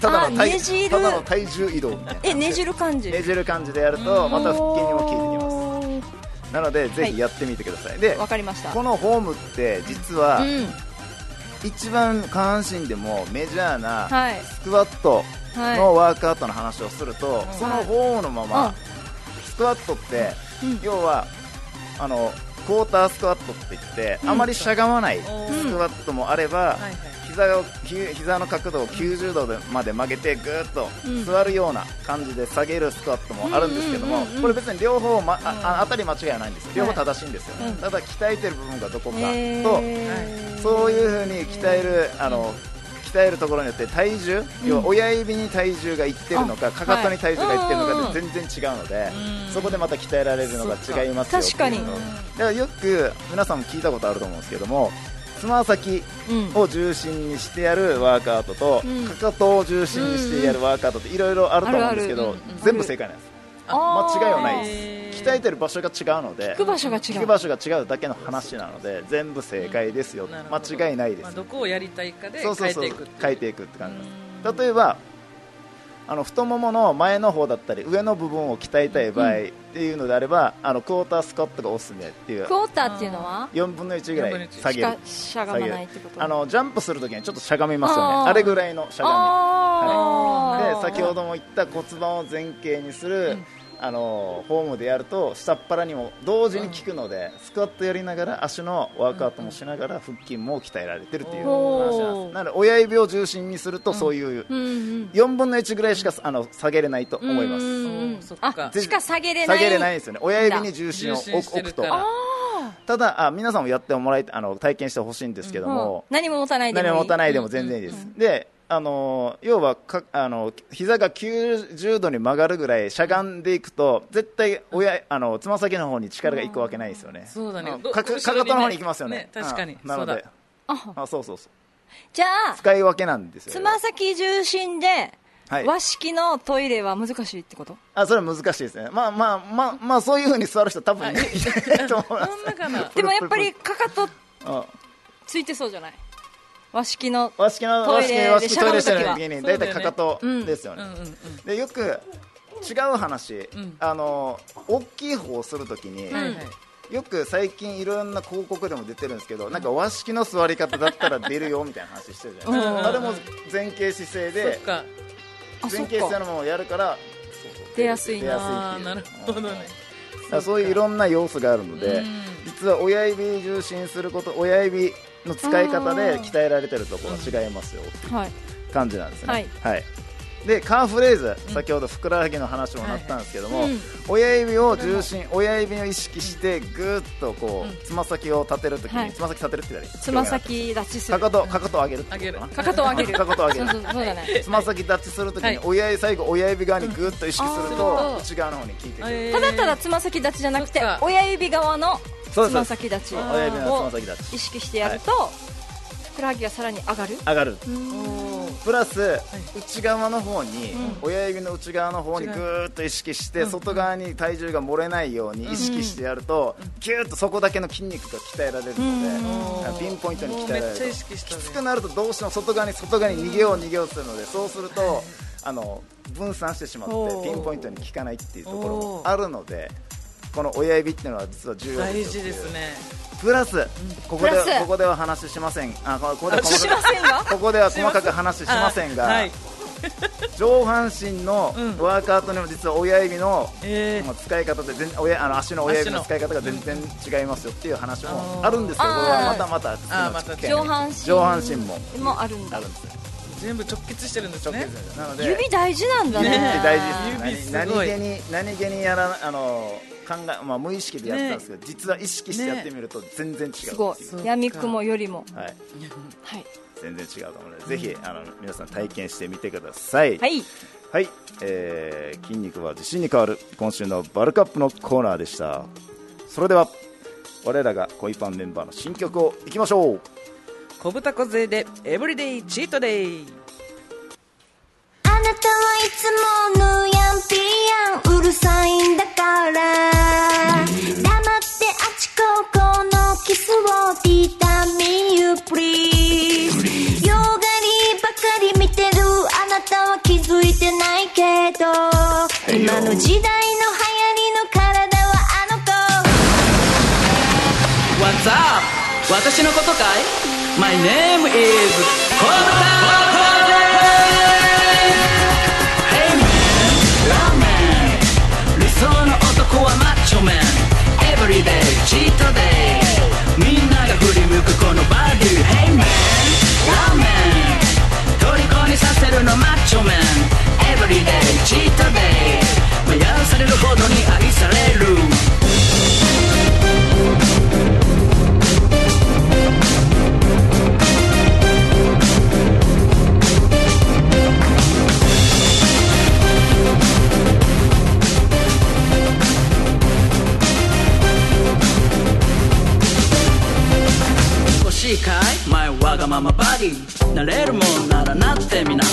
Speaker 2: ただの
Speaker 1: あね
Speaker 2: 体
Speaker 1: じる
Speaker 2: ただの体重移動みたいな
Speaker 1: えねじる感じ
Speaker 2: ねじる感じでやるとまた腹筋にも効いてきますなのでぜひやってみてください、で
Speaker 1: わかりました
Speaker 2: このフォームって実は
Speaker 1: うん
Speaker 2: 一番下半身でもメジャーな
Speaker 1: はい
Speaker 2: スクワット
Speaker 1: はい
Speaker 2: のワークアウトの話をすると、そのフォームのま
Speaker 1: うん
Speaker 2: まスクワットって、
Speaker 1: うん
Speaker 2: 要はあのクォータースクワットって言って、あまりしゃがまないス
Speaker 4: ん
Speaker 2: クワットもあれば、
Speaker 4: いはい
Speaker 2: 膝をひ膝の角度を90度でまで曲げてぐーっと
Speaker 1: ん
Speaker 2: 座るような感じで下げるスクワットもあるんですけども、
Speaker 1: うんうんうんうん
Speaker 2: これ別に両方、ま、ああ当たり間違いはないんですよ両方正しいんですよ、
Speaker 1: はいうん
Speaker 2: ただ鍛えてる部分がどこかと、
Speaker 1: えー
Speaker 2: そういう風に鍛えるあの鍛えるところによって体重、要は親指に体重がいってるのかかかとに体重がいってるのかで全然違うので、そこでまた鍛えられるのが違いますよ
Speaker 1: そっか
Speaker 2: っていうのだからよく皆さんも聞いたことあると思うんですけどもつま先
Speaker 1: うん
Speaker 2: を重心にしてやるワークアウトと、
Speaker 1: うん
Speaker 2: かかとを重心にしてやるワークアウトっていろいろあると思うんですけど、
Speaker 1: あるあるうんうん
Speaker 2: 全部正解なんです
Speaker 1: あー
Speaker 2: 間違いはないです鍛えてる場所が違うの
Speaker 1: 聞
Speaker 2: で
Speaker 1: く場所が違う
Speaker 2: 聞く場所が違うだけの話なので全部正解ですよ、
Speaker 4: なるほど
Speaker 2: 間違いないです、
Speaker 4: まあ、どこをやりたいかで
Speaker 2: そうそう
Speaker 4: 変え
Speaker 2: そう
Speaker 4: ていくっていう
Speaker 2: 変えていくって感じです例えばあの太ももの前の方だったり上の部分を鍛えたい場合っていうのであれば、あのクォータースカットがおすすめっていう
Speaker 1: クォーターっていうのは
Speaker 2: 4分の1ぐらい下
Speaker 1: し
Speaker 2: げる
Speaker 1: かしゃがまないってこと
Speaker 2: あのジャンプするときにちょっとしゃがみますよね
Speaker 1: あ
Speaker 2: あ
Speaker 1: ー
Speaker 2: れぐらいのしゃがみ
Speaker 1: あ
Speaker 2: で
Speaker 1: ー
Speaker 2: 先ほども言った骨盤を前傾にする、あのフォームでやると下っ腹にも同時に効くので、スクワットやりながら足のワークアウトもしながら腹筋も鍛えられてるっていう話なんで
Speaker 1: おー
Speaker 2: すなので親指を重心にするとそういう
Speaker 1: うんうん
Speaker 2: 4分の1ぐらいしかあの下げれないと思いま
Speaker 1: う
Speaker 2: す
Speaker 1: んうん
Speaker 4: そっか
Speaker 1: あしか下げれな
Speaker 2: 下
Speaker 1: い
Speaker 2: げれないんですよね親指に重心を
Speaker 4: 重心して
Speaker 2: 置
Speaker 4: る
Speaker 2: く
Speaker 4: か
Speaker 2: と
Speaker 4: ら
Speaker 2: ただあ皆さんもやってもらいあの体験してほしいんですけど
Speaker 1: うん
Speaker 2: も、
Speaker 1: 何も持たないでもいい
Speaker 2: 何も持たないでも全然いいです、であのー要はかあの膝が90度に曲がるぐらいしゃがんでいくと絶対親あのつま先の方に力がいくわけないですよね、
Speaker 4: そうだね
Speaker 2: んかか
Speaker 4: ど
Speaker 2: かかとの方に行きますよね
Speaker 4: ね確かに
Speaker 2: うんなので
Speaker 1: あ
Speaker 2: あそうそうそう
Speaker 1: じゃあ
Speaker 2: 使い分けなんですよ
Speaker 1: つま先重心で
Speaker 2: はい
Speaker 1: 和式のトイレは難しいってこと
Speaker 2: あそれは難しいですねまあまあまあまあそういうふうに座る人多分いないと思います
Speaker 4: そんなか な
Speaker 1: でもやっぱりかかと
Speaker 2: うん
Speaker 1: ついてそうじゃない和式の
Speaker 2: 和式の
Speaker 1: ト
Speaker 2: 和
Speaker 1: イレ
Speaker 2: 式
Speaker 1: で
Speaker 2: 和式トイレし
Speaker 1: しゃ
Speaker 2: て
Speaker 1: がむ時は
Speaker 2: る時に
Speaker 4: そう
Speaker 2: 大
Speaker 4: だよね
Speaker 2: 体かかとですよね
Speaker 4: うんうんうん
Speaker 2: でよく違う話、あの大きい方をするときに、
Speaker 4: はいはい
Speaker 2: よく最近いろんな広告でも出てるんですけどなんか和式の座り方だったら出るよみたいな話してるじゃないですかあれも前傾姿勢
Speaker 4: そっ
Speaker 2: で
Speaker 4: か
Speaker 1: あそ
Speaker 2: 前
Speaker 1: っ
Speaker 2: 傾姿勢
Speaker 1: か
Speaker 2: のままやるから
Speaker 1: 出やすい
Speaker 2: 出や
Speaker 1: な
Speaker 2: す
Speaker 4: あー
Speaker 2: い
Speaker 4: な
Speaker 2: って
Speaker 4: る
Speaker 2: いう
Speaker 4: ほどね
Speaker 2: だからそういういろんな要素があるので実は親指重心すること親指の使い方で鍛えられてるところが違いますよ
Speaker 1: はい
Speaker 2: 感じなんですね。
Speaker 1: はい
Speaker 2: でカーフレーズ、先ほどふくらはぎの話もなったんですけども、
Speaker 1: はいうん
Speaker 2: 親指を重心、親指を意識してぐーっとこうつま先を立てるときに、
Speaker 1: はい
Speaker 2: つま先立てるって言ったら
Speaker 1: つま先立ちす
Speaker 2: か
Speaker 1: る
Speaker 2: かとかかとを上げるってことかな
Speaker 4: 上
Speaker 1: かかとを上げる
Speaker 2: かかとを上げる
Speaker 1: そうそうそうだね
Speaker 2: つま先立ちするとき
Speaker 4: はい
Speaker 2: に親指最後親指側にぐーっと意識する
Speaker 1: うん
Speaker 2: と、
Speaker 1: あー
Speaker 2: 内側の方に効いてくる、
Speaker 4: えー
Speaker 1: ただただつま先立ちじゃなくて
Speaker 4: そっか
Speaker 1: 親指側のつ
Speaker 2: そうです
Speaker 1: ま先立ち
Speaker 2: 親指のつま
Speaker 1: を
Speaker 2: 先立ち
Speaker 1: 意識してやるとふくらはぎがさらに上がる
Speaker 2: 上がる
Speaker 4: おー
Speaker 2: プラス内側の方に、親指の内側の方にぐーっと意識して、外側に体重が漏れないように意識してやると、ぎゅーっとそこだけの筋肉が鍛えられるので、あピンポイントに鍛えら
Speaker 4: めっ
Speaker 2: れ
Speaker 4: ちゃ
Speaker 2: る
Speaker 4: 意識した
Speaker 2: き
Speaker 4: ね
Speaker 2: つくなるとどうしても外側に外側に逃げよう逃げようするのでそうするとあの分散してしまって
Speaker 4: おー
Speaker 2: ピンポイントに効かないっていうところもあるのでこの親指っていうのは実は重要
Speaker 4: 大
Speaker 2: です
Speaker 4: 事
Speaker 2: よ
Speaker 4: ですね
Speaker 2: プラスここで
Speaker 1: プラス
Speaker 2: ここでは話しませんあここでは
Speaker 1: しませんが
Speaker 2: ここでは細かく話しませんが、
Speaker 4: あはい
Speaker 2: 上半身の
Speaker 4: うん
Speaker 2: ワークアウトにも実は親指の、
Speaker 4: えー
Speaker 2: まあ使い方で全親あの足の親指の
Speaker 4: 足の
Speaker 2: 使い方が全然違いますよっていう話もあるんですけど
Speaker 1: あー
Speaker 2: これはまたまた次
Speaker 4: あー
Speaker 2: の
Speaker 4: また
Speaker 2: 機会に
Speaker 1: 上半身
Speaker 2: 上半身も
Speaker 1: もあるんだ
Speaker 2: あるんですよ
Speaker 4: 全部直結してるんです
Speaker 2: 直
Speaker 4: ね
Speaker 2: 結ですなので
Speaker 1: 指大事なんだ
Speaker 2: 指
Speaker 1: ね
Speaker 2: って大事です
Speaker 4: 指すご
Speaker 2: 何
Speaker 4: い
Speaker 2: 何気に何気にやらあの考考え、まあ、無意識でやってたんですけど、実は意識してやってみると全然違うってい
Speaker 1: す
Speaker 2: う
Speaker 1: ごい
Speaker 4: か
Speaker 1: 闇雲よりも
Speaker 2: はい、
Speaker 1: はい
Speaker 2: 全然違うと思うのでぜひあの皆さん体験してみてください
Speaker 1: はい
Speaker 2: はい、えー筋肉は自信に変わる今週のバルカップのコーナーでしたそれでは我らが恋パンメンバーの新曲をいきましょう
Speaker 4: 小豚小勢でエブリデイチートデイ
Speaker 6: あなたはいつものやんぴやんうるさいんだから黙ってあちこちのキスを Tell me you please よがりばかり見てるあなたは気づいてないけど今の時代の流行りの体はあの子
Speaker 4: What's up? 私のことかい ?My name is 小豚小勢 Hey man, ラーメン理想の男はマッチョメン Everyday, cheat day みんなが振り向くこのバディ Hey man, ラーメン虜にさせるのマッチョメン Everyday, cheat day 迷わされるほどに愛される欲しいかい前わがままバディなれるもんならなってみな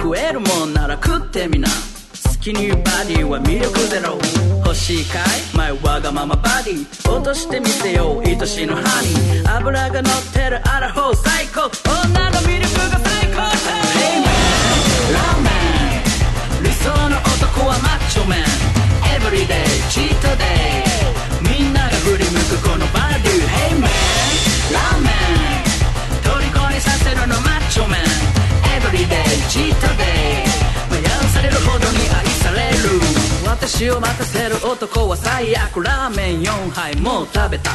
Speaker 4: 食えるもんなら食ってみな好きにバディは魅力ゼロ欲しいかい前わがままバディ落としてみせよう愛しのハニー脂が乗ってるアラフォー最高女の魅力が最高だ Hey man ラーメン理想の男はマッチョメン Everyday チートデイみんなが振り向くこのバディ Hey man ラーメン虜にさせるのマッチョメン Everyday チートデイ迷わされるほどに愛される私を待たせる男は最悪ラーメン4杯もう食べた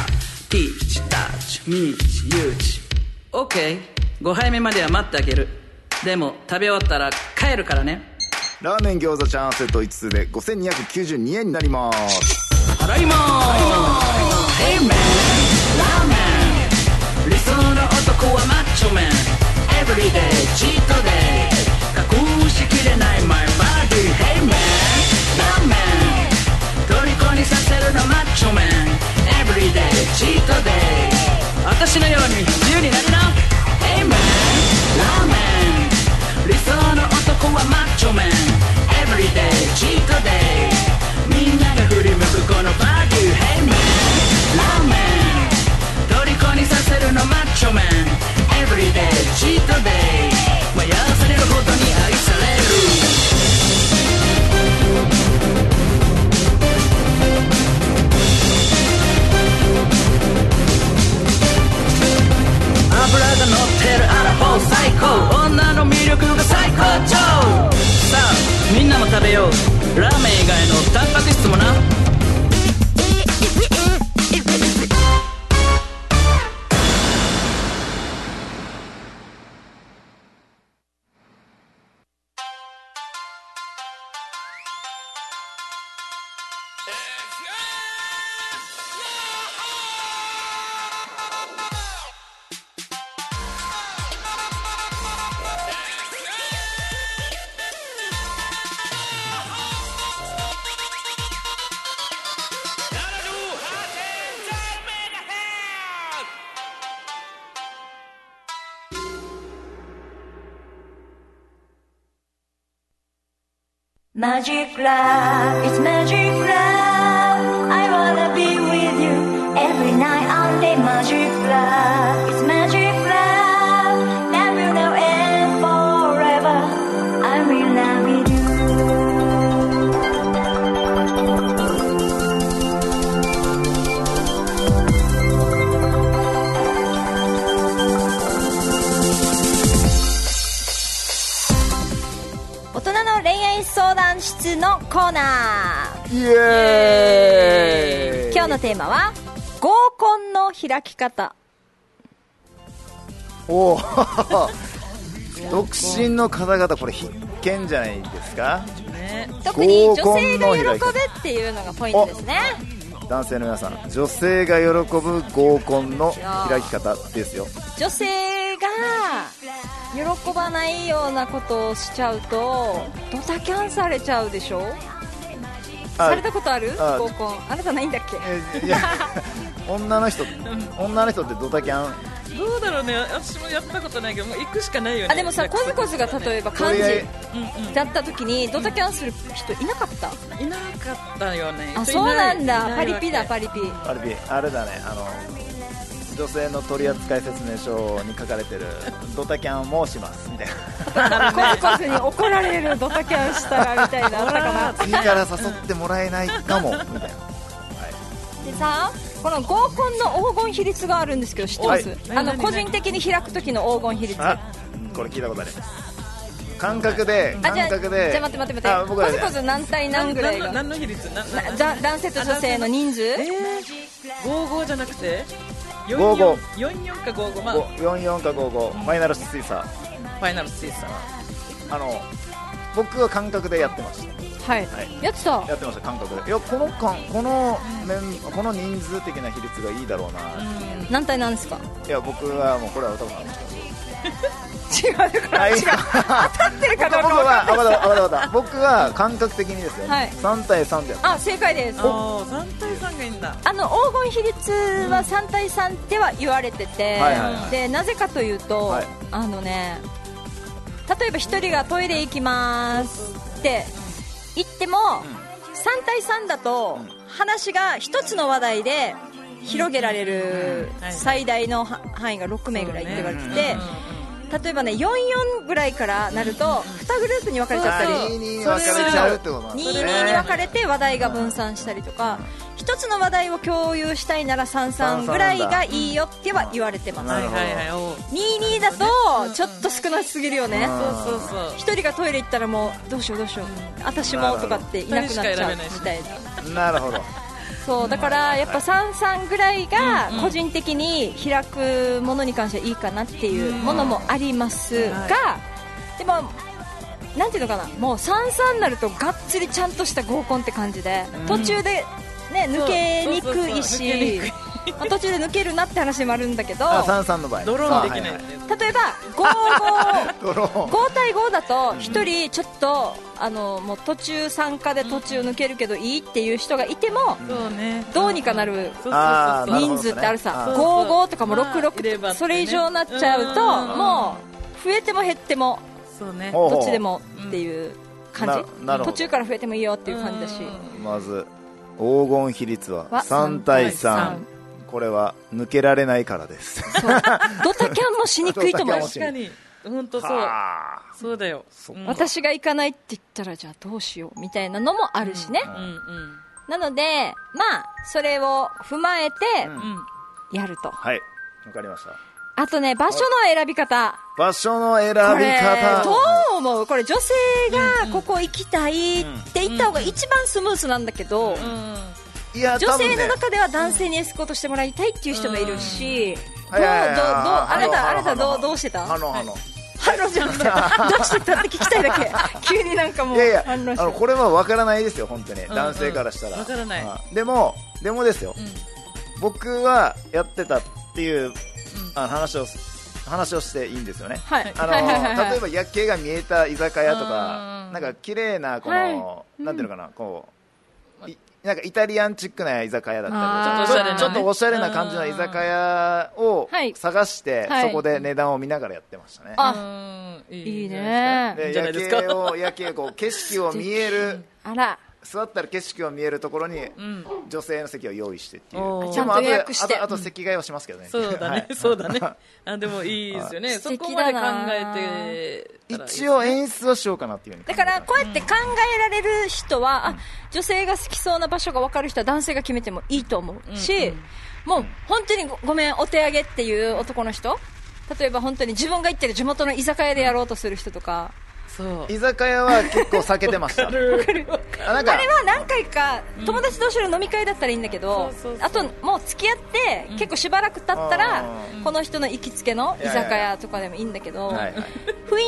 Speaker 4: ピーチタッチミーチユーチ OK5 杯目までは待ってあげるでも食べ終わったら帰るからね
Speaker 2: ラーメン餃子チャーンセット5つで5292円になります
Speaker 4: 払いまーす Hey man ラーメン理想の男はマッチョメン Everyday チートデイ隠しきれない my body Hey man ラーメン虜にさせるのマッチョメン Everyday チートデイ私のように自由になりな Hey man ラーメン理想の男はマッチョメン Everyday チートデイみんなが振り向くこのバデュ Hey man ラーメン虜にさせるのマッチョメン Everyday チートデイ迷わされるほどに愛される脂が乗ってるアラフォー最高女の魅力が最高潮さあみんなも食べようラーメン以外のタンパク質もな
Speaker 6: マジックラブ It's magic love I wanna be with you Every night only magic love It's magic love Now you know and forever I'm in love with you
Speaker 1: 大人の恋愛相談室のコーナー
Speaker 2: イエーイ
Speaker 1: 今日のテーマは合コンの開き方
Speaker 2: おー 独身の方々これ必見じゃないですか
Speaker 1: 特に女性
Speaker 2: 合コンの
Speaker 1: が
Speaker 2: 開き
Speaker 1: 喜ぶっていうのがポイントですね
Speaker 2: 男性の皆さん女性が喜ぶ合コンの開き方ですよ
Speaker 1: 女性が喜ばないようなことをしちゃうとドタキャンされちゃうでしょ
Speaker 2: あ
Speaker 1: されたことある
Speaker 2: あ
Speaker 1: 合コンあなたないんだっけ
Speaker 2: えいや 女の人女の人ってドタキャン
Speaker 7: どうだろうね私もやったことないけどもう行くしかないよね
Speaker 1: あでもさコズコズが例えば
Speaker 2: と
Speaker 1: 漢
Speaker 2: りあ
Speaker 1: 字
Speaker 2: え
Speaker 1: だった時にドタキャンする人いなかった
Speaker 7: いなかったよね
Speaker 1: あそうなんだパリピだ
Speaker 7: リ
Speaker 1: パリ ピ
Speaker 2: あれあれだねあの女性の取扱説明書に書か れてるドタキャンもしますみたいな
Speaker 1: コズコズに怒られるドタキャンしたらみたいなあったかな
Speaker 2: 次から誘ってもらえないかもみたいな、はい、
Speaker 1: でさこの合コンの黄金比率があるんですけど知ってます、
Speaker 2: はい
Speaker 1: あの個人的に開く時の黄金比率 あ
Speaker 2: あこれ聞いたことあります感覚で感
Speaker 1: じゃあじゃあ
Speaker 2: 覚で
Speaker 1: 待って待って
Speaker 2: あ
Speaker 1: 待って
Speaker 2: 僕
Speaker 1: コ
Speaker 2: ら
Speaker 1: ズコズ何対何ぐらいがな
Speaker 7: 何の比率なな
Speaker 1: だ男性と女性の人数
Speaker 7: えー、55じゃなくて44
Speaker 2: 55
Speaker 7: 44か55まあ
Speaker 2: ご44か55マイナルス水差
Speaker 7: ファイナルスイーさん
Speaker 2: あの僕は感覚でやってました
Speaker 1: はい、
Speaker 2: はい
Speaker 1: やってた
Speaker 2: やってました感覚でいやこのかこの面この人数的な比率がいいだろうな、
Speaker 1: 何対何ですか
Speaker 2: いや僕はもうこれは歌うなんですけど
Speaker 1: 違うだから違う
Speaker 2: 違う
Speaker 1: 当たってるか
Speaker 2: 僕
Speaker 1: どうか分かんない
Speaker 2: はあわかったわかったわかった僕は感覚的にですよ、
Speaker 1: はい
Speaker 2: 3対3でやった
Speaker 1: あ正解です
Speaker 7: ああ3対3がいいんだ
Speaker 1: あの黄金比率は3対3っては言われてて、
Speaker 2: はいはいはい
Speaker 1: でなぜかというと、
Speaker 2: はい
Speaker 1: あのね例えば1人がトイレ行きますって言っても、3対3だと話が1つの話題で広げられる
Speaker 7: うんはい
Speaker 1: 最大のは範囲が6名ぐらいって言われて
Speaker 7: う
Speaker 1: て、
Speaker 7: ん
Speaker 1: 例えばね44ぐらいからなると2グループに分かれちゃったり。
Speaker 2: 2に分かれちゃうってことなんですね
Speaker 1: 22に分かれて話題が分散したりとか一つの話題を共有したいなら33ぐらいがいいよっては言われてま
Speaker 2: な
Speaker 7: はい
Speaker 2: るほど
Speaker 7: はいはいおう
Speaker 1: す22だとちょっと少なすぎるよね
Speaker 7: そうそうそう
Speaker 1: 一人がトイレ行ったらもうどうしようどうしよう私もとかっていなくなっちゃうみたいな
Speaker 2: なるほど
Speaker 1: そうだからやっぱ33ぐらいが個人的に開くものに関してはいいかなっていうものもありますがでもなんていうのかなもう33になるとがっつりちゃんとした合コンって感じで途中でね抜けにくい
Speaker 7: そうそうそう抜け
Speaker 1: し
Speaker 7: にくい
Speaker 1: まあ途中で抜けるなって話もあるんだけど
Speaker 2: あ33の場合
Speaker 7: ドローンできない
Speaker 2: は
Speaker 7: っ
Speaker 2: は
Speaker 7: ていう
Speaker 1: 例えば55
Speaker 2: ドローン
Speaker 1: 5対5だと1人ちょっとあのもう途中参加で途中抜けるけどいいっていう人がいても
Speaker 7: そうね
Speaker 1: どうにかなる
Speaker 7: そうそうそう
Speaker 2: あーなるほど
Speaker 1: 人数ってあるさ、
Speaker 2: な
Speaker 7: るほどね
Speaker 1: 55とかも
Speaker 7: まあ入れ歯
Speaker 1: 66と
Speaker 7: って
Speaker 1: か
Speaker 7: ね
Speaker 1: それ以上になっちゃう
Speaker 7: う
Speaker 1: と
Speaker 7: ん
Speaker 1: もう増えても減っても
Speaker 7: そうね
Speaker 2: ほう
Speaker 1: どっちでもっていう感
Speaker 2: ななる
Speaker 1: じ
Speaker 2: ほど
Speaker 1: 途中から増えてもいいよっていう感じだし
Speaker 2: まず黄金比率は
Speaker 1: は
Speaker 2: 3対
Speaker 1: 3
Speaker 2: 3これは抜けられないからです
Speaker 1: そうドタキャンもしにくいと思う
Speaker 2: ドタ
Speaker 7: 確かに本当 そう
Speaker 2: あー
Speaker 7: そうだようん
Speaker 1: 私が行かないって言ったらじゃあどうしようみたいなのもあるしね
Speaker 7: うんうん
Speaker 1: なのでまあそれを踏まえて
Speaker 7: うん
Speaker 1: やると
Speaker 2: はいわかりました
Speaker 1: あとね場所の選び方
Speaker 2: 場所の選び
Speaker 1: これ
Speaker 2: 方
Speaker 1: どう思うこれ女性がここ行きたいって言った方が一番スムースなんだけど、
Speaker 2: いや
Speaker 1: 女
Speaker 2: 多
Speaker 1: 性
Speaker 2: 分
Speaker 1: の
Speaker 2: ね
Speaker 1: 中では男性にエスコートしてもらいたいっていう人もいるし、どうどうどう
Speaker 2: はいはいはい
Speaker 1: あなたあなたど
Speaker 2: は
Speaker 1: う
Speaker 2: の
Speaker 1: どうしてた
Speaker 2: あのあの
Speaker 1: 反論じゃなくてど うしてたって聞きたいだけ急になんかもう
Speaker 2: いやいやあ
Speaker 1: 反論して
Speaker 2: のこれは分からないですよ本当に
Speaker 7: ん
Speaker 2: 男性からしたら
Speaker 7: わからない
Speaker 2: あでもでもですよ僕はやってたっていうあの話を話をしていいんですよね
Speaker 1: はい
Speaker 2: あの
Speaker 1: はいはいはいはい
Speaker 2: 例えば夜景が見えた居酒屋とか
Speaker 7: う、ん
Speaker 2: なんか綺麗なこの、なんていうのかな、こう。いなんかイタリアンチックな居酒屋だったりと
Speaker 7: あ
Speaker 2: か
Speaker 7: ー
Speaker 2: ちょっとちょっとおしゃれな感じの居酒屋を
Speaker 1: はい
Speaker 2: 探して、
Speaker 1: はい
Speaker 2: そこで値段を見ながらやってましたね、
Speaker 1: あ
Speaker 7: うん
Speaker 1: いい
Speaker 7: んじゃな
Speaker 1: ね
Speaker 7: い
Speaker 2: で
Speaker 7: じゃない
Speaker 2: 夜
Speaker 7: ですか
Speaker 2: 景を夜景こう景色を見える
Speaker 1: あら
Speaker 2: 座ったら景色を見えるところに女性の席を用意してっていう、
Speaker 7: おー
Speaker 2: でも
Speaker 1: ちゃんと予約して
Speaker 2: あとあとあと席替えはしますけどね、
Speaker 7: そうだ
Speaker 2: は
Speaker 7: ね
Speaker 2: い、
Speaker 7: そう だね。あ、でもいいですよね。
Speaker 1: 素
Speaker 7: そこ
Speaker 1: 敵
Speaker 7: ま
Speaker 1: だ
Speaker 7: で
Speaker 1: な
Speaker 7: 考えてたらいい。
Speaker 2: 一応演出はしようかなっていうふうに考
Speaker 1: だ
Speaker 2: えて
Speaker 1: から
Speaker 2: ます
Speaker 1: こうやって考えられる人は、あ女性が好きそうな場所が分かる人は男性が決めてもいいと思うし、もう本当にごごめんお手上げっていう男の人例えば本当に自分が行ってる地元の居酒屋でやろうとする人とか、
Speaker 7: そう。
Speaker 2: 居酒屋は結構避けてま したあなんか
Speaker 1: あれは何回か友達同士の飲み会だったらいいんだけど、
Speaker 7: そうそうそう
Speaker 1: あともう付き合って結構しばらく経ったら、
Speaker 2: う
Speaker 1: この人の行きつけの居酒屋とかでもいいんだけど、
Speaker 2: はいはい
Speaker 1: 雰囲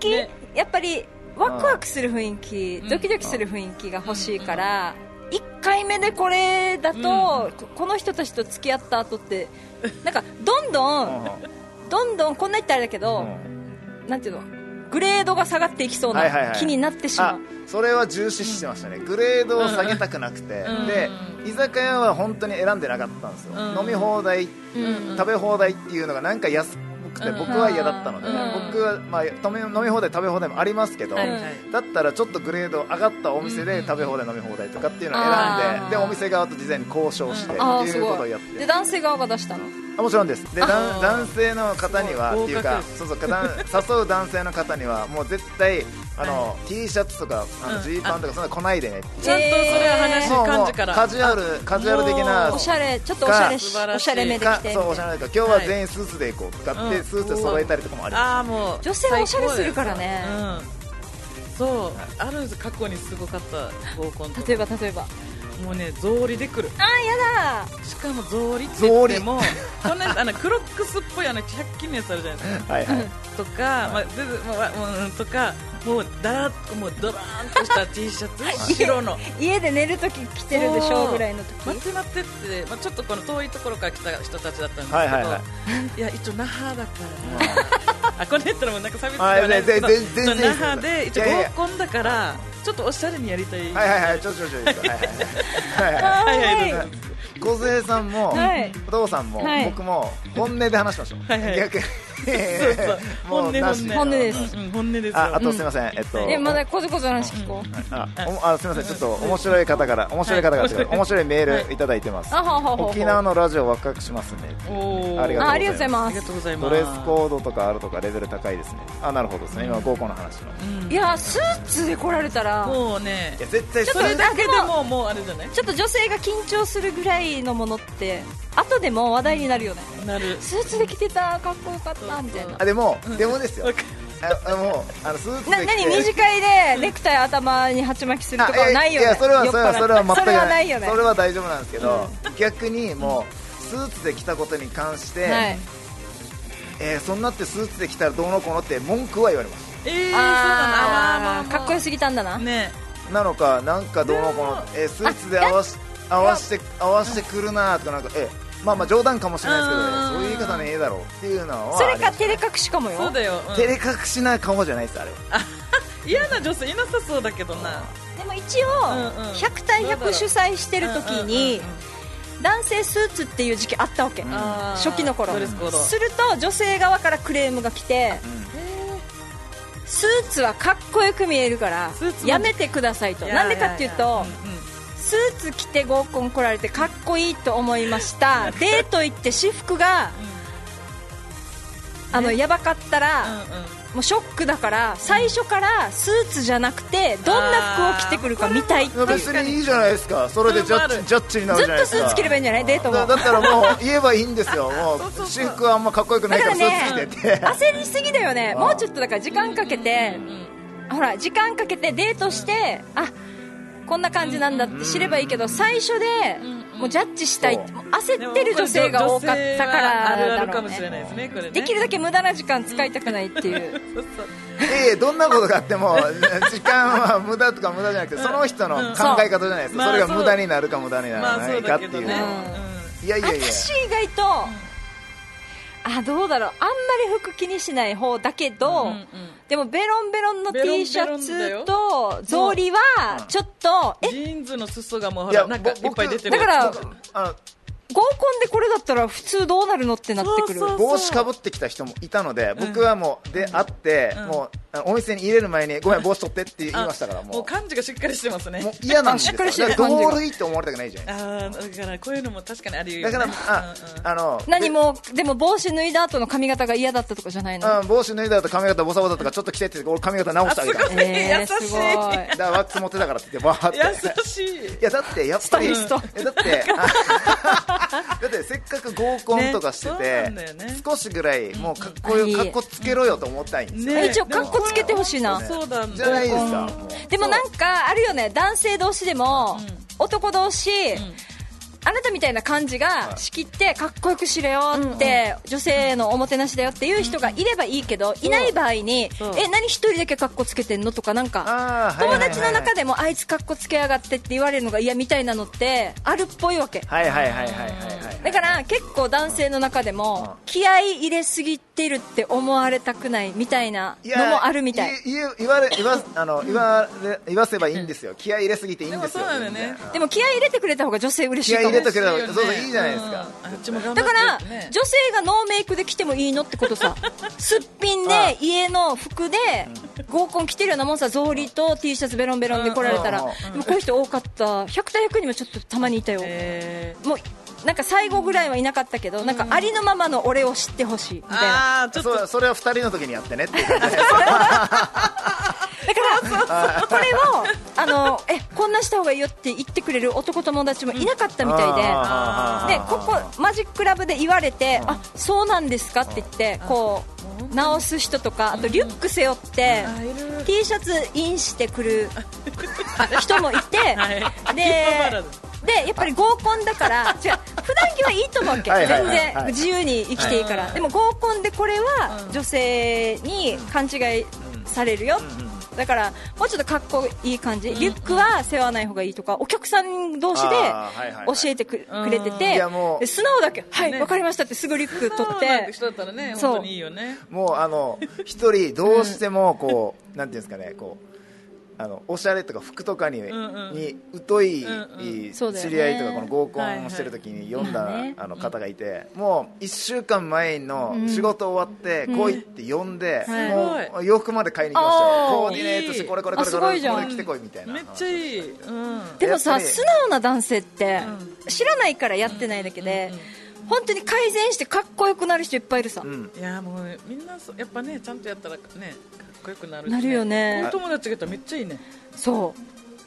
Speaker 1: 気、
Speaker 7: ね
Speaker 1: やっぱりワクワクする雰囲気、ドキドキする雰囲気が欲しいから、 1回目でこれだと、ここの人たちと付き合った後ってなんかどんどんどんどんこんな言ったらあれだけど、なんていうのグレードが下がっていきそう
Speaker 2: はいはいは
Speaker 1: ない気になってしま
Speaker 2: あ
Speaker 1: う、
Speaker 2: それは重視してましたね、グレードを下げたくなくて、
Speaker 4: うん
Speaker 2: で居酒屋は本当に選んでなかったんですよ、
Speaker 4: うん
Speaker 2: 飲み放題、
Speaker 1: うん
Speaker 2: 食べ放題っていうのがなんか安くて、
Speaker 4: うん
Speaker 2: 僕は嫌だったので、
Speaker 4: うん
Speaker 2: 僕は、まあ、止め飲み放題、食べ放題もありますけど、
Speaker 1: はい
Speaker 4: はい
Speaker 2: だったらちょっとグレード上がったお店で食べ放題、飲み放題とかっていうのを選ん
Speaker 1: あー
Speaker 2: で、でお店側と事前に交渉してって
Speaker 1: ああ
Speaker 2: い
Speaker 1: す
Speaker 2: うこと
Speaker 1: ご
Speaker 2: を
Speaker 1: い
Speaker 2: やって。
Speaker 1: で男性側が出したの
Speaker 2: あもちろんですでだん
Speaker 4: あ
Speaker 2: 男性の方には
Speaker 4: す
Speaker 2: っ
Speaker 4: ごい
Speaker 2: ていうか
Speaker 4: 合格
Speaker 2: そうそうかだん 誘う男性の方にはもう絶対あの、T シャツとかあ
Speaker 4: う
Speaker 2: の
Speaker 4: ん
Speaker 2: ジーパンとかそんなの来ないでねって
Speaker 4: ちゃんとそれは話
Speaker 2: もう
Speaker 4: 感
Speaker 2: も
Speaker 4: じ
Speaker 2: う
Speaker 4: から
Speaker 2: カジュアルカジュアル的な
Speaker 1: おしゃれちょっとおしゃれ
Speaker 4: 素
Speaker 1: し
Speaker 4: 晴らし
Speaker 1: お
Speaker 4: い
Speaker 1: しゃれ目で
Speaker 2: か
Speaker 1: きて
Speaker 2: そうおしゃれだから今日は全員スーツで行こう使って、
Speaker 4: うん
Speaker 2: スーツで揃えたりとかもありま
Speaker 4: ああもう
Speaker 1: 女性はおしゃれするからね
Speaker 4: うんそうある過去にすごかった合コンとか
Speaker 1: 例えば例えば
Speaker 4: もうね草履で来る
Speaker 1: ああやだ
Speaker 4: しかも草履って言ってもこんなあのクロックスっぽいあの100均のやつあるじゃないですか
Speaker 2: す はいはい
Speaker 4: とか、まあ、全然まあまあうんとか、もうだらっともうドラーンとし た T シャツ、白の。
Speaker 1: 家で寝るとき着てるでしょ
Speaker 4: そう
Speaker 1: ぐらいの
Speaker 4: 待っ
Speaker 1: 時
Speaker 4: て待ってって、まあ、ちょっとこの遠いところから来た人たちだったんですけど、
Speaker 2: はい
Speaker 4: い
Speaker 2: はいはい
Speaker 4: や一応那覇だから、 あこれ言ったらもうなんか差別では
Speaker 2: はい
Speaker 4: ないですけど、
Speaker 2: 全然全然
Speaker 4: 那覇で一応
Speaker 2: いやいや
Speaker 4: 合コンだからちょっとおしゃれにやりたい、
Speaker 2: はいはいはいちょちょちょちょはいはいはい
Speaker 1: は
Speaker 4: はいい
Speaker 1: は
Speaker 4: はいい
Speaker 2: はい小杉さんも、
Speaker 1: はい
Speaker 2: お父さんも、
Speaker 1: はい
Speaker 2: 僕も本音で話しましょう、
Speaker 4: はいはい
Speaker 2: 逆に
Speaker 4: そうそう
Speaker 2: もう
Speaker 4: 本音
Speaker 2: なし
Speaker 4: 本音
Speaker 1: 本音です
Speaker 4: うんうん本音ですよ
Speaker 2: ああとすみません、えっと
Speaker 1: えまだこずこず話聞こう
Speaker 2: あおもあすみません、ちょっと面白い方から、面白い方からというか、
Speaker 4: はい
Speaker 2: 面白いメールいただいてます。
Speaker 1: あははは
Speaker 2: 沖縄のラジオワクワクしますね。
Speaker 4: おー
Speaker 2: あり
Speaker 1: あ
Speaker 2: が
Speaker 1: ありがとうござい
Speaker 4: あ
Speaker 1: ま
Speaker 4: りが
Speaker 1: す
Speaker 4: とうございま
Speaker 2: ド
Speaker 4: す
Speaker 2: レスコードとかあるとかレベル高いですね。あ、なるほどですね。今合コンの話の。い
Speaker 1: いやスーツで来られたら
Speaker 4: もうね
Speaker 2: や絶対
Speaker 1: ちょっ
Speaker 4: そ
Speaker 1: と
Speaker 4: れだけで
Speaker 1: あで
Speaker 4: ももうあれじゃない
Speaker 1: ちょっと女性が緊張するぐらいのものって後でも話題になるよね
Speaker 4: なる
Speaker 1: スーツで着てたかっこよかったみたいな
Speaker 2: あでもでもですよ
Speaker 4: わか。
Speaker 2: ああもうあのスーツ
Speaker 1: な
Speaker 2: で着
Speaker 1: 何
Speaker 2: て。
Speaker 1: 二次会でネクタイ頭に鉢巻きするとかはないよね
Speaker 2: あえいやそれはそれはそれは全く
Speaker 1: それはないよね
Speaker 2: それは大丈夫なんですけど、逆にもうスーツで着たことに関して、
Speaker 1: はい
Speaker 2: えーそんなってスーツで着たらどうのこうのって文句は言われます。
Speaker 4: えー、そうだなまあまあ
Speaker 1: あー
Speaker 4: まあ
Speaker 1: かっこよすぎたんだな
Speaker 4: ね
Speaker 2: なのか、なんかどうのこうの、えスーツで合わし合わして合わしてくるなとかなんか、えまあまあ冗談かもしれないですけど、ね、
Speaker 4: うん
Speaker 2: そういう言い方ねえだろうっていうのは
Speaker 1: それ
Speaker 2: あ
Speaker 1: か
Speaker 2: り
Speaker 1: 照れ隠しかもよ
Speaker 4: そうだよ、うん
Speaker 2: 照れ隠しな顔じゃないですあれは
Speaker 4: 嫌な女性いなさそうだけどな
Speaker 1: でも一応
Speaker 4: うんうん
Speaker 1: 100対100主催してる時に
Speaker 4: うんうんうん
Speaker 1: 男性スーツっていう時期あったわけ
Speaker 4: うんあー
Speaker 1: 初期の頃
Speaker 4: ドレスコード
Speaker 1: すると女性側からクレームが来てスーツはかっこよく見えるから
Speaker 4: スーツも
Speaker 1: やめてくださいと
Speaker 4: いや
Speaker 1: なんでかっていう
Speaker 4: や
Speaker 1: と
Speaker 4: やうんうん
Speaker 1: スーツ着て合コン来られてかっこいいと思いましたデート行って私服があのやばかった
Speaker 4: うん
Speaker 1: ら
Speaker 4: うん
Speaker 1: もうショックだから最初からスーツじゃなくてどんな服を着てくるか見たいっていうず
Speaker 2: 別にいいじゃないですかそれでジャッジジャッジになる
Speaker 1: っ
Speaker 2: じゃない
Speaker 1: と
Speaker 2: です
Speaker 1: ス
Speaker 2: か
Speaker 1: ーツ着ればいいんじゃないデート
Speaker 2: だ
Speaker 1: も
Speaker 2: だったらもう言えばいいんですよも
Speaker 4: そうそううそう
Speaker 2: 私服はあんまかっこよくないか
Speaker 1: だ
Speaker 2: らス
Speaker 1: からね
Speaker 2: ーツ着てて
Speaker 1: 焦りすぎだよね
Speaker 2: あ
Speaker 1: もうちょっとだから時間かけて
Speaker 4: うんうん
Speaker 1: ほら時間かけてデートしてあこんな感じなんだって知ればいいけど最初で
Speaker 4: んうん
Speaker 1: もうジャッジしたい
Speaker 2: そう
Speaker 1: もう焦ってる女性が多かったか
Speaker 4: 女性はあるあ
Speaker 1: らだ
Speaker 4: るか
Speaker 1: ろう
Speaker 4: もしれ
Speaker 1: ね
Speaker 4: ないですねこれね
Speaker 1: できるだけ無駄な時間使いたくないっていう
Speaker 4: そうそう
Speaker 2: ええどんなことがあっても時間は無駄とか無駄じゃなくてその人の考え方じゃないですか、
Speaker 4: そ
Speaker 2: そうれが無駄になるか無駄になら
Speaker 4: まあ
Speaker 2: な
Speaker 4: そ
Speaker 2: いうかっ
Speaker 4: だ
Speaker 2: て
Speaker 4: け
Speaker 2: い
Speaker 4: ど
Speaker 2: う、
Speaker 4: ね
Speaker 2: いやいやいや
Speaker 1: 私意外とあどうだろうあんまり服気にしない方だけど、
Speaker 4: うんうん
Speaker 1: でもベロンベロンの
Speaker 4: ベロン
Speaker 1: T
Speaker 4: ベ
Speaker 1: シャ
Speaker 4: ロンだ
Speaker 1: ツ
Speaker 4: よ
Speaker 1: と草履はちょっと、
Speaker 4: うん
Speaker 1: え
Speaker 4: ジーンズの裾がもうほ
Speaker 2: いや
Speaker 4: らなんかいっ
Speaker 2: ぼ僕
Speaker 4: ぱい出て
Speaker 1: だ
Speaker 4: る
Speaker 1: から
Speaker 2: 僕あの
Speaker 1: 合コンでこれだったら普通どうなるのってなってくる
Speaker 4: そうそう
Speaker 2: 帽子かぶってきた人もいたので、僕はもう、で、会って、
Speaker 4: ん
Speaker 2: もうあの、お店に入れる前に、ごめん、帽子取ってって言いましたから、
Speaker 4: あ
Speaker 2: もう、
Speaker 4: もう感じがしっかりしてますね
Speaker 2: もう嫌なんで
Speaker 1: あしっかりし
Speaker 2: す
Speaker 1: て
Speaker 2: よ。
Speaker 1: る
Speaker 2: だから
Speaker 1: 感じが
Speaker 2: 同類って思われたくないじゃない
Speaker 4: ああだからこういうのも確かにあり
Speaker 2: だから、あ、あの、
Speaker 1: 何
Speaker 2: で
Speaker 1: もうでも帽子脱いだ後の髪型が嫌だったとかじゃないの、
Speaker 2: うん、帽子脱いだと髪型ボサボサとかちょっと着てって、俺髪型直してあげた。だか
Speaker 4: あすごい 優しい
Speaker 1: すごい
Speaker 2: らワックス持ってたからって言って、わーって。
Speaker 4: 優しい
Speaker 2: いやだってやっぱり、
Speaker 1: スタイリス
Speaker 2: えだ って、あだってせっかく合コンとかして
Speaker 4: ねそうな
Speaker 2: て、
Speaker 4: んだよね
Speaker 2: 少しぐらいもうかっこよ、
Speaker 1: うん
Speaker 2: かっこつけろよと思ったいんですよ。
Speaker 4: ね
Speaker 1: 一応カッコつけてほしいな、
Speaker 4: でもそうなん
Speaker 2: じゃな
Speaker 4: だ
Speaker 2: い
Speaker 4: よ
Speaker 2: ですか。もう
Speaker 1: でもなんかあるよね男性同士でも、男同士、あなたみたいな感じが
Speaker 2: い
Speaker 1: 仕切ってかっこよくしろよって、女性のおもてなしだよっていう人がいればいいけど、いない場合に、
Speaker 7: うん
Speaker 1: え何一人だけかっこつけてんのとかなん
Speaker 2: あ
Speaker 1: か
Speaker 2: ーはいはい
Speaker 1: 友
Speaker 2: はい
Speaker 1: 達の中でもあいつかっこつけやがってって言われるのが嫌みたいなのってあるっぽいわけ
Speaker 2: はいはいはいはいはいはい
Speaker 1: だから結構男性の中でも気合い入れすぎてるって思われたくないみたいなのもあるみたい
Speaker 2: 言う言われ言わあの言われ言わせばいいんですよ気合い入れすぎていいんですよ
Speaker 7: でもそうなんだよね
Speaker 2: 全然
Speaker 1: でも気合い入れてくれた方が女性嬉し
Speaker 2: 気
Speaker 1: い
Speaker 2: 合い
Speaker 1: か
Speaker 2: 入
Speaker 1: も
Speaker 2: れとけば
Speaker 7: 嬉しいよね
Speaker 2: そうそういいじゃないですか
Speaker 7: うんあっちも頑張
Speaker 1: だ
Speaker 7: っ
Speaker 1: か
Speaker 7: て
Speaker 1: ら
Speaker 7: ってね
Speaker 1: 女性がノーメイクで来てもいいのってことさすっぴんで
Speaker 2: ああ
Speaker 1: 家の服で合コン着てるようなもんさ草履と T シャツベロンベロンで来られたら
Speaker 2: うんうん
Speaker 1: でもこういう人多かった100対100にもちょっとたまにいたよ
Speaker 7: えー
Speaker 1: もうなんか最後ぐらいはいなかったけどなんかありのままの俺を知ってほしいみたいな
Speaker 7: あーちょっと
Speaker 2: そうそれは二人の時にやってねっていう感じで
Speaker 1: だからこれをあのえこんなした方がいいよって言ってくれる男友達もいなかったみたいで。
Speaker 2: あー
Speaker 1: でここマジックラブで言われて、あそうなんですかって言って、こう直す人とかあとリュック背負って、
Speaker 7: あいる
Speaker 1: T シャツインしてくる人もいて、
Speaker 7: はい
Speaker 1: で
Speaker 7: 秋葉原だ
Speaker 1: でやっぱり合コンだから 違う普段着はいいと思うわけ
Speaker 2: はいはいはい
Speaker 1: 全
Speaker 2: はい
Speaker 1: 然自由に生きていいから、でも合コンでこれは女性に勘違いされるよ、だからもうちょっとかっこいい感じ、リュックは背負わない方がいいとかお客さん同士で
Speaker 2: あーはいはいはい
Speaker 1: 教えてくくれてて
Speaker 2: いやもう
Speaker 1: で素直だけどはい、
Speaker 7: ね
Speaker 1: わかりましたってすぐリュック取っ
Speaker 7: そうなんて
Speaker 1: て
Speaker 7: 人だったらね
Speaker 1: そう
Speaker 7: 本当にいいよね
Speaker 2: もうあの一人どうしてもこう、なんていうんですかねこうあのおしゃれとか服とかに,、
Speaker 7: んうん
Speaker 2: に疎い、
Speaker 7: んうん
Speaker 2: いい
Speaker 1: そうだよね
Speaker 2: 知り合いとかこの合コンをしてる時に読んだ、
Speaker 1: はいはい
Speaker 2: あの方がいて、もう1週間前の仕事終わって来いって呼んで、
Speaker 1: ん
Speaker 2: もう洋服まで買いに行きましたよ
Speaker 1: あー
Speaker 2: コーディネートしてこれこれこれこ
Speaker 1: あすご
Speaker 2: れ
Speaker 1: いじゃん
Speaker 2: これ着てこいみたいな
Speaker 7: めっちゃいいうん
Speaker 1: でも
Speaker 2: や
Speaker 1: さ
Speaker 2: っぱり
Speaker 1: 素直な男性って知らないからやってないだけで、本当に改善してかっこよくなる人いっぱいいるさ、
Speaker 2: うん
Speaker 7: いやもうみんなそうやっぱねちゃんとやったらねかっこよくなるし
Speaker 1: なるよね
Speaker 7: お友達がいたらめっちゃいいね
Speaker 1: そ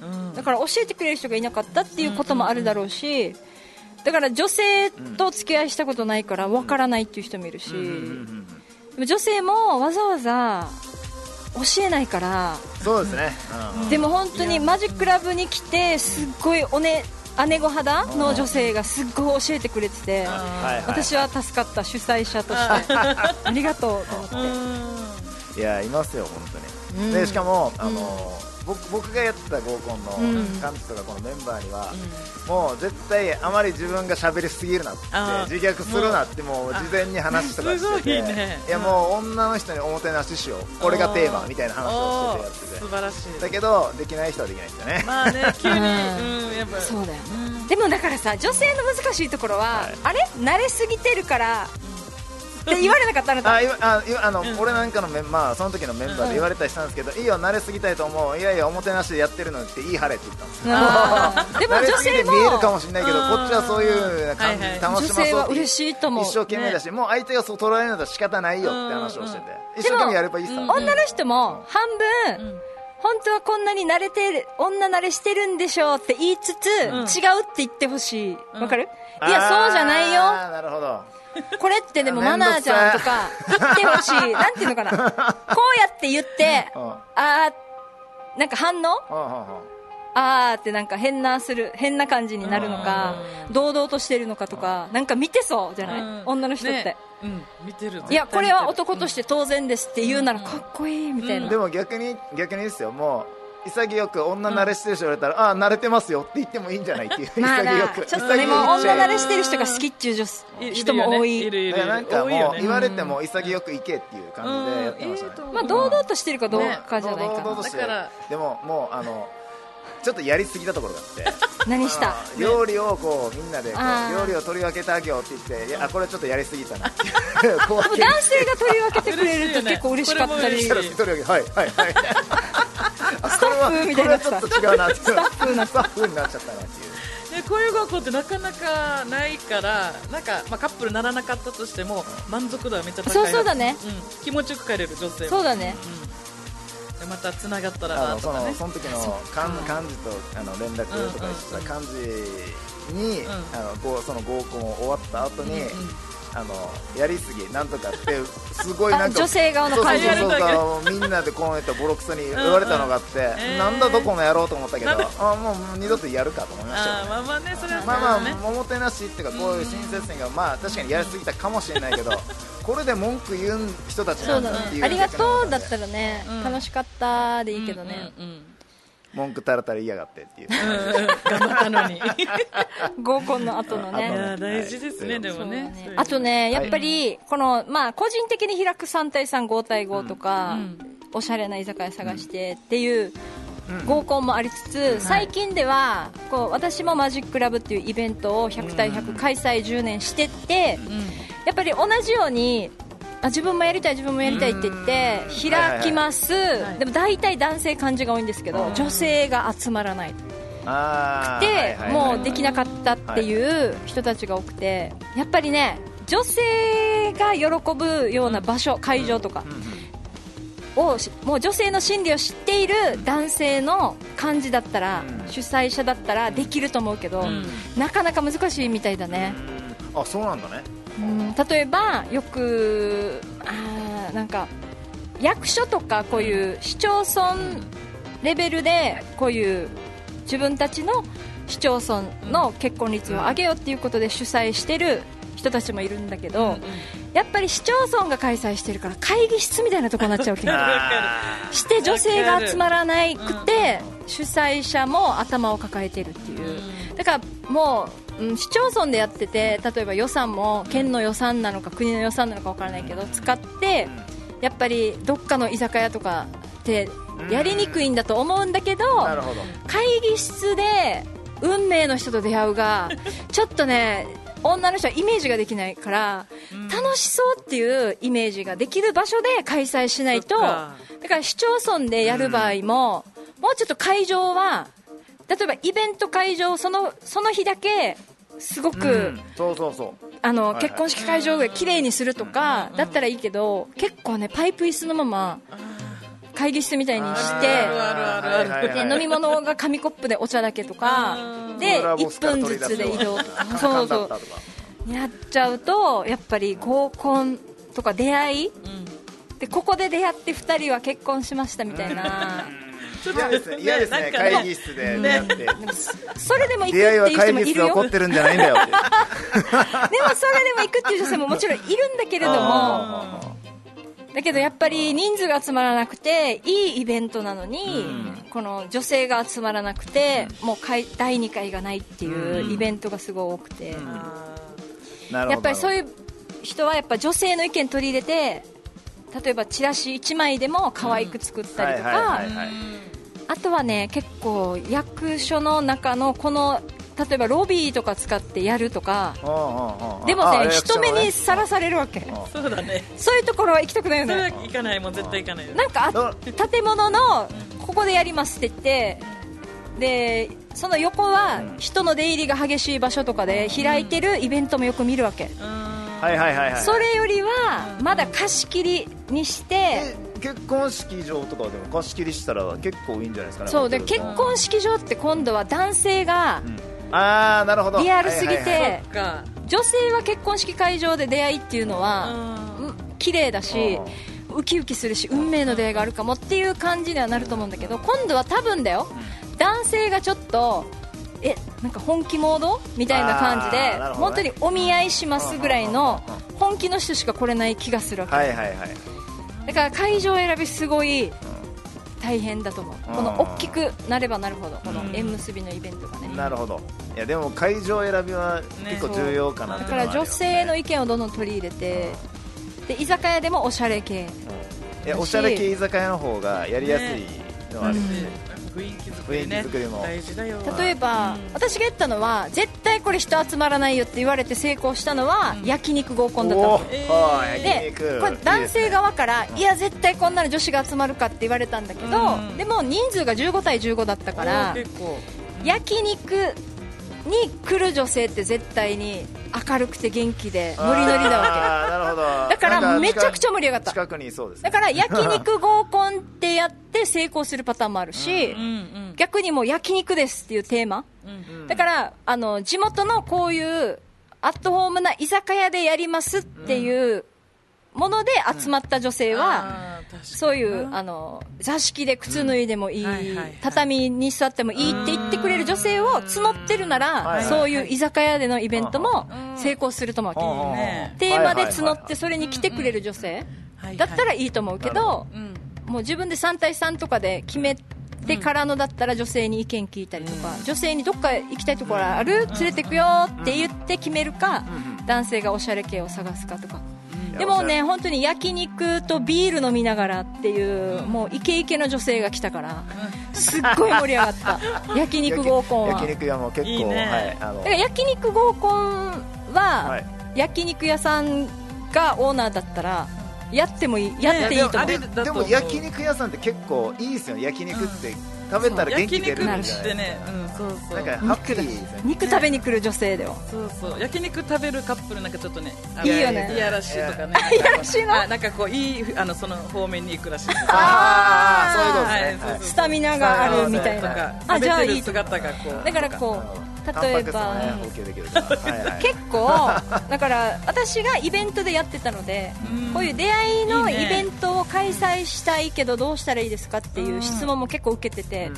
Speaker 1: う
Speaker 7: うん
Speaker 1: だから教えてくれる人がいなかったっていうこともあるだろうし、だから女性と付き合いしたことないからわからないっていう人もいるし、でも女性もわざわざ教えないから、
Speaker 2: そうですね、うん
Speaker 1: でも本当にマジックラブに来てすっごいお、ね、姉御肌の女性がすっごい教えてくれてて。
Speaker 2: はいはい、
Speaker 1: 私は助かった主催者として ありがとうと思って
Speaker 2: いやいますよ、本当に、でしかも、あの僕僕がやってた合コンの幹事とかこのメンバーには、もう絶対あまり自分が喋りすぎるなって
Speaker 7: あー
Speaker 2: 自虐するなってもう事前に話とかしてて
Speaker 7: あすごいね
Speaker 2: いやもう女の人におもてなししようこれがテーマみたいな話を
Speaker 7: おー
Speaker 2: しててやって
Speaker 7: 素晴らしい
Speaker 2: てだけどできない人はできないんだよね、
Speaker 7: まあね急 にうんやっぱ
Speaker 1: そうだよなでもだからさ女性の難しいところは、あれ慣れすぎてるからって言われなかったあなた
Speaker 2: あ今あ今あの、俺なんかのメン、まあ、その時のメンバーで言われたりしたんですけど、いいよ、慣れすぎたいと思う、いやいや、おもてなしでやってるのにって、いい晴れって言ったんですよ
Speaker 1: あーでも
Speaker 2: 慣れ
Speaker 1: 女
Speaker 2: すぎ
Speaker 1: 性
Speaker 2: て
Speaker 1: も
Speaker 2: 見えるかもしれないけど、こっちはそういう感じ
Speaker 7: はいは
Speaker 2: で
Speaker 7: い
Speaker 2: 楽
Speaker 1: 女
Speaker 2: しまそうって
Speaker 1: 性は嬉しいと思う
Speaker 2: 一生懸命だし、もう相手がそう捉えるのと仕方ないよって話をしてて、一生懸命やればいいさ。
Speaker 1: 女の人も半分、本当はこんなに慣れてる女慣れしてるんでしょうって言いつつ、違うって言ってほしいわ、かるいやそうじゃないよ
Speaker 2: あーなるほど。
Speaker 1: これってでもマナーじゃんとか言ってほしいなんていうのかなこうやって言って
Speaker 2: うん
Speaker 1: ああーなんか反応
Speaker 2: うんうんうん
Speaker 1: あーってなんか変なする変な感じになるのか堂々としてるのかとかなんか見てそうじゃない、
Speaker 7: うん
Speaker 1: 女の人って、
Speaker 7: ねうん見てる
Speaker 1: いやこれは男として当然ですって言うならかっこいいみたいな、
Speaker 2: でも逆に、逆にですよ、もう、潔く女慣れしてる人言われたら、ああー、慣れてますよって言ってもいいんじゃないっていう。
Speaker 1: まあ
Speaker 2: 潔
Speaker 1: な
Speaker 2: く。
Speaker 1: ちょっとねもう
Speaker 2: 潔く言っち
Speaker 1: 女
Speaker 2: ゃえ
Speaker 1: 慣れしてる人が好きっていう女子
Speaker 7: い
Speaker 1: 人も多
Speaker 7: い
Speaker 1: い
Speaker 7: るよねいるいるい
Speaker 2: だ
Speaker 7: る
Speaker 2: からなんか
Speaker 7: 多いよ
Speaker 2: もう、
Speaker 7: ね
Speaker 2: 言われても潔くいけっていう感じでやってましたね。
Speaker 1: まあ、堂々としてるかどうかじゃない
Speaker 2: 堂々
Speaker 1: か、
Speaker 2: として
Speaker 7: だから
Speaker 2: でももうあのちょっとやりすぎたところがあって
Speaker 1: 何した
Speaker 2: あの料理をこうみんなでこう
Speaker 1: あー
Speaker 2: 料理を取り分けてあげようって言っていやあこれちょっとやりすぎたなって いうこう分け
Speaker 1: 男性が取り分けてくれると結構嬉しかったり
Speaker 7: 嬉しい
Speaker 2: た
Speaker 7: よ
Speaker 2: ら
Speaker 7: ね
Speaker 2: 取り分けはいは いはいあこれは
Speaker 1: スタッフみたいになっちゃった
Speaker 2: これはちょっと違うなってスタ
Speaker 1: ッフな
Speaker 2: ッフになっちゃったなっていう
Speaker 7: でこういう学校ってなかなかないからなんか、まあ、カップルならなかったとしても満足度はめっちゃ高い
Speaker 1: そうそうだね、
Speaker 7: うん、気持ちよく帰れる女性も
Speaker 1: そうだね
Speaker 7: でまたつながったら
Speaker 2: あ
Speaker 7: な
Speaker 2: の
Speaker 7: と
Speaker 2: そ
Speaker 7: か
Speaker 2: の
Speaker 7: ね
Speaker 2: その時のかん幹事とあの連絡とかしてた幹事に、
Speaker 7: ん
Speaker 2: あのこうその合コン終わった後に、
Speaker 7: ん
Speaker 2: あのやりすぎなんとかってすごいなんか
Speaker 1: あ女性側の感
Speaker 7: じ
Speaker 2: そうそうそうそうみんなでこうやってボロクソに言われたのがあって、
Speaker 7: うん
Speaker 2: なんだとこの野郎と思ったけど
Speaker 7: なんだ
Speaker 2: あもう二度とやるかと思いましたよ
Speaker 7: あーまあまあねそれは
Speaker 2: まあ
Speaker 7: そうだ
Speaker 2: ま
Speaker 7: ね
Speaker 2: あおもてなしっていうかこういう親切心がまあ確かにやりすぎたかもしれないけどこれで文句言う人たち
Speaker 1: そ
Speaker 2: な
Speaker 1: うん
Speaker 2: だっ
Speaker 1: だ
Speaker 2: てい
Speaker 1: ね
Speaker 2: う
Speaker 1: ありがとうだった
Speaker 2: ら
Speaker 1: らね、
Speaker 7: うん
Speaker 1: 楽しかったでいいけどね、
Speaker 7: うんうん
Speaker 2: 文句たらたら言いやがってっていう
Speaker 7: うんうん頑張ったのにい
Speaker 1: 合コンの後の
Speaker 2: あ後
Speaker 1: ね
Speaker 2: の
Speaker 7: やー大事ですねで
Speaker 1: そ
Speaker 7: も
Speaker 1: うだ
Speaker 7: ね
Speaker 1: ね
Speaker 7: そういうの
Speaker 1: あとねやっぱりこの、まあ、個人的に開く3対35対5とか、
Speaker 7: うん
Speaker 1: おしゃれな居酒屋探してっていう合コンもありつつ、最近ではこう私もマジックラブっていうイベントを100対100開催10年してって、
Speaker 7: う
Speaker 1: やっぱり同じようにあ自分もやりたい自分もやりたいって言って
Speaker 2: うん
Speaker 1: 開きます、
Speaker 7: い
Speaker 1: でも大体男性感じが多いんですけど、
Speaker 2: うん
Speaker 1: 女性が集まらない
Speaker 2: あーはい
Speaker 1: で
Speaker 2: はいはい
Speaker 1: もうできなかったっていう人たちが多くてやっぱりね女性が喜ぶような場所、会場とか
Speaker 2: うんうん
Speaker 1: をしもう女性の心理を知っている男性の感じだったら、
Speaker 2: うん
Speaker 1: 主催者だったらできると思うけど、
Speaker 7: ん
Speaker 1: なかなか難しいみたいだね、
Speaker 2: あそうなん だね
Speaker 1: うん例えばよくあーなんか役所とかこういう市町村レベルでこういう自分たちの市町村の結婚率を上げようっていうことで主催してる人たちもいるんだけど、やっぱり市町村が開催してるから会議室みたいなとこになっち ゃうわけよ
Speaker 2: あ
Speaker 1: して女性が集まらないくて主催者も頭を抱えてるっていうだからもう、うん市町村でやってて例えば予算も県の予算なのか国の予算なのかわからないけど使ってやっぱりどっかの居酒屋とかってやりにくいんだと思うんだけど
Speaker 2: ーなるほど
Speaker 1: 会議室で運命の人と出会うがちょっとね女の人はイメージができないから、楽しそうっていうイメージができる場所で開催しない
Speaker 7: そ
Speaker 1: と
Speaker 7: っ
Speaker 1: だ
Speaker 7: か
Speaker 1: から市町村でやる場合も、もうちょっと会場は例えばイベント会場そのその日だけすごく、
Speaker 2: うんそうそうそう
Speaker 1: あの
Speaker 2: はい
Speaker 1: 結婚式会場が綺麗にするとか、だったらいいけど結構ねパイプ椅子のまま会議室みたいにして。
Speaker 7: あるあるある
Speaker 2: はいはいはい
Speaker 1: で飲み物が紙コップでお茶だけとかで
Speaker 2: コーラボス
Speaker 1: 1
Speaker 2: から
Speaker 1: 分
Speaker 2: 取り
Speaker 1: ず
Speaker 2: 出
Speaker 1: つ
Speaker 2: すよ
Speaker 1: で移動とかそうそ
Speaker 2: 缶だっ
Speaker 1: う
Speaker 2: たとか
Speaker 1: になっちゃうとやっぱり合コンとか出会いでここで出会って2人は結婚しましたみたいな
Speaker 2: 嫌ですね嫌ですね
Speaker 7: なんかね
Speaker 2: 会議室でやって
Speaker 1: それでも行くって
Speaker 2: 出会いは
Speaker 1: いう人
Speaker 2: 会
Speaker 1: も
Speaker 2: 議
Speaker 1: い
Speaker 2: 室
Speaker 1: る
Speaker 2: で
Speaker 1: よ
Speaker 2: 起
Speaker 1: で
Speaker 2: こ
Speaker 1: も
Speaker 2: ってるんじゃないんだよって
Speaker 1: それでも行くっていう女性ももちろんいるんだけれども
Speaker 2: あー
Speaker 1: だけどやっぱり人数が集まらなくていいイベントなのに、この女性が集まらなくてもう会第2回がないっていうイベントがすごい多くて。
Speaker 2: なるほど
Speaker 1: やっぱりそう
Speaker 2: う
Speaker 1: いう人はやっぱ女性の意見取り入れて例えばチラシ1枚でも可愛く作ったりとかあとはね結構役所の中のこの例えばロビーとか使ってやるとかでもね人目にさらされるわけ
Speaker 7: そうだね
Speaker 1: そういうところは行きたくないよ
Speaker 7: それは
Speaker 1: ね
Speaker 7: 行かないもう絶対行かないよ
Speaker 1: なんか
Speaker 2: だ
Speaker 1: あ建物のここでやりますって言ってでその横は人の出入りが激しい場所とかで開いてるイベントもよく見るわけ
Speaker 2: はいはいはいはい
Speaker 1: それよりはまだ貸し切りにして
Speaker 2: え結婚式場とかでも貸し切りしたら結構いいんじゃないですかね
Speaker 1: そうで
Speaker 2: ホテ
Speaker 1: 結
Speaker 2: ルも
Speaker 1: 婚式場って今度は男性が
Speaker 2: うんああなるほど
Speaker 1: リアルすぎ
Speaker 2: はいはいはい
Speaker 1: て
Speaker 7: か
Speaker 1: 女性は結婚式会場で出会いっていうのはうん綺麗だしウキウキするし運命の出会いがあるかもっていう感じにはなると思うんだけど今度は多分だよ男性がちょっとえなんか本気モードみたいな感じで、
Speaker 2: あーなるほ
Speaker 1: 本
Speaker 2: ど
Speaker 1: 当
Speaker 2: ね
Speaker 1: にお見合いしますぐらいの
Speaker 2: うんうんうん
Speaker 1: 本気の人しか来れない気がするわけ
Speaker 2: はいはいはい
Speaker 1: だから会場選びすごい大変だと思う、
Speaker 2: うん
Speaker 1: この大きくなればなるほどこの縁結びのイベントがね、だ
Speaker 2: なるほどいやでも会場選びは結構重要かなっていう
Speaker 1: か
Speaker 2: のはあ
Speaker 1: ら
Speaker 2: るよ
Speaker 1: 女性の意見をどんどん取り入れて、で居酒屋でもおしゃれ系
Speaker 2: いやおしゃれ系居酒屋の方がやりやすいのはあるんで
Speaker 7: 雰囲気作り
Speaker 2: 雰囲
Speaker 7: ね
Speaker 2: 気作りも
Speaker 7: 大事だよ
Speaker 1: 例えば、私が言ったのは絶対これ人集まらないよって言われて成功したのは、焼肉合コンだった
Speaker 2: お
Speaker 1: わ
Speaker 2: お
Speaker 1: け
Speaker 7: えー
Speaker 2: はい焼
Speaker 1: で
Speaker 2: 肉
Speaker 1: これ男性
Speaker 2: いいですね
Speaker 1: 側からいや絶対こんなの女子が集まるかって言われたんだけど、
Speaker 7: うん
Speaker 1: でも人数が15対15だったから
Speaker 7: 結構
Speaker 1: 焼肉に来る女性って絶対に明るくて元気でノリノリだわ
Speaker 2: あーなるほど
Speaker 1: けだからめちゃくちゃ盛り上がった
Speaker 2: 近くにそうですね
Speaker 1: だから焼肉合コンってやって成功するパターンもあるし
Speaker 7: うんうん
Speaker 1: 逆にもう焼肉ですっていうテーマ
Speaker 7: うん
Speaker 1: だからあの地元のこういうアットホームな居酒屋でやりますっていうもので集まった女性は、
Speaker 4: あー確かに
Speaker 1: そういうあの座敷で靴脱いでもいい、
Speaker 4: うんはいはいはい
Speaker 1: 畳に座ってもいいって言ってくれる女性を募ってるな
Speaker 2: は
Speaker 1: ら、
Speaker 2: い
Speaker 1: そういう居酒屋でのイベントも成功すると思うわけ、
Speaker 4: ね
Speaker 1: テーマで募ってそれに来てくれる女性
Speaker 4: はい
Speaker 1: だったらいいと思うけど、
Speaker 2: なる
Speaker 4: うん
Speaker 1: もう自分で3対3とかで決めてからのだったら女性に意見聞いたりとか、女性にどっか行きたいところある連れてくよって言って決めるか、男性がおしゃれ系を探すかとか、でもね本当に焼肉とビール飲みながらっていう、もうイケイケの女性が来たから、すっごい盛り上がった 焼肉合コンは
Speaker 2: 焼
Speaker 1: だ
Speaker 2: 肉屋も結構
Speaker 4: いいね
Speaker 2: はいあの
Speaker 1: から焼肉合コン
Speaker 2: は
Speaker 1: はい焼肉屋さんがオーナーだったらやってもいいやっていいと思
Speaker 4: あ
Speaker 1: う、
Speaker 4: れ
Speaker 2: で
Speaker 4: だと思う
Speaker 2: でも焼肉屋さんって結構いいですよね焼肉って食べたら元
Speaker 4: 焼
Speaker 2: 気出るじ
Speaker 4: 肉
Speaker 2: ゃない
Speaker 4: っ
Speaker 2: ですか
Speaker 4: てね、うん、そうそ
Speaker 2: なん
Speaker 4: う
Speaker 2: かハッピーですよね
Speaker 1: 肉食べに来る女性では
Speaker 4: そうそう焼肉食べるカップルなんかちょっとねあ
Speaker 1: いいよね
Speaker 4: いやらしいとかね
Speaker 1: いやらしいの
Speaker 4: あなんかこういいあのその方面に行くらしいです
Speaker 2: ああそうことで
Speaker 4: はいいうそうそう
Speaker 2: すね
Speaker 1: スタミナがあるみたい
Speaker 4: とか
Speaker 1: なあじゃあ
Speaker 4: 食べて
Speaker 1: い
Speaker 4: る
Speaker 1: いと
Speaker 4: 姿がこう
Speaker 1: だから
Speaker 2: は
Speaker 1: こ
Speaker 2: い
Speaker 1: か例えば
Speaker 2: タンパク質もね補給できるからはいは
Speaker 1: う
Speaker 2: い
Speaker 1: 結構だから私がイベントでやってたので
Speaker 4: うん
Speaker 1: こういう出会いの
Speaker 4: いい
Speaker 1: イ
Speaker 4: ね
Speaker 1: ベントを開催したいけどどうしたらいいですかっていう質問も結構受けてて
Speaker 4: はい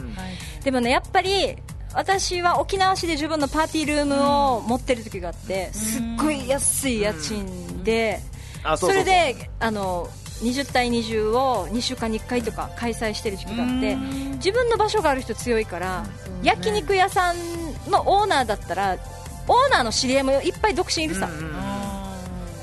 Speaker 1: でもねやっぱり私は沖縄市で自分のパーティールームを持ってる時があってすっごい安い家賃で
Speaker 2: あ
Speaker 1: それであの20対20を2週間に1回とか開催してる時期があって自分の場所がある人強いから、焼肉屋さんのオーナーだったらオーナーの知り合いもいっぱい独身いるさ、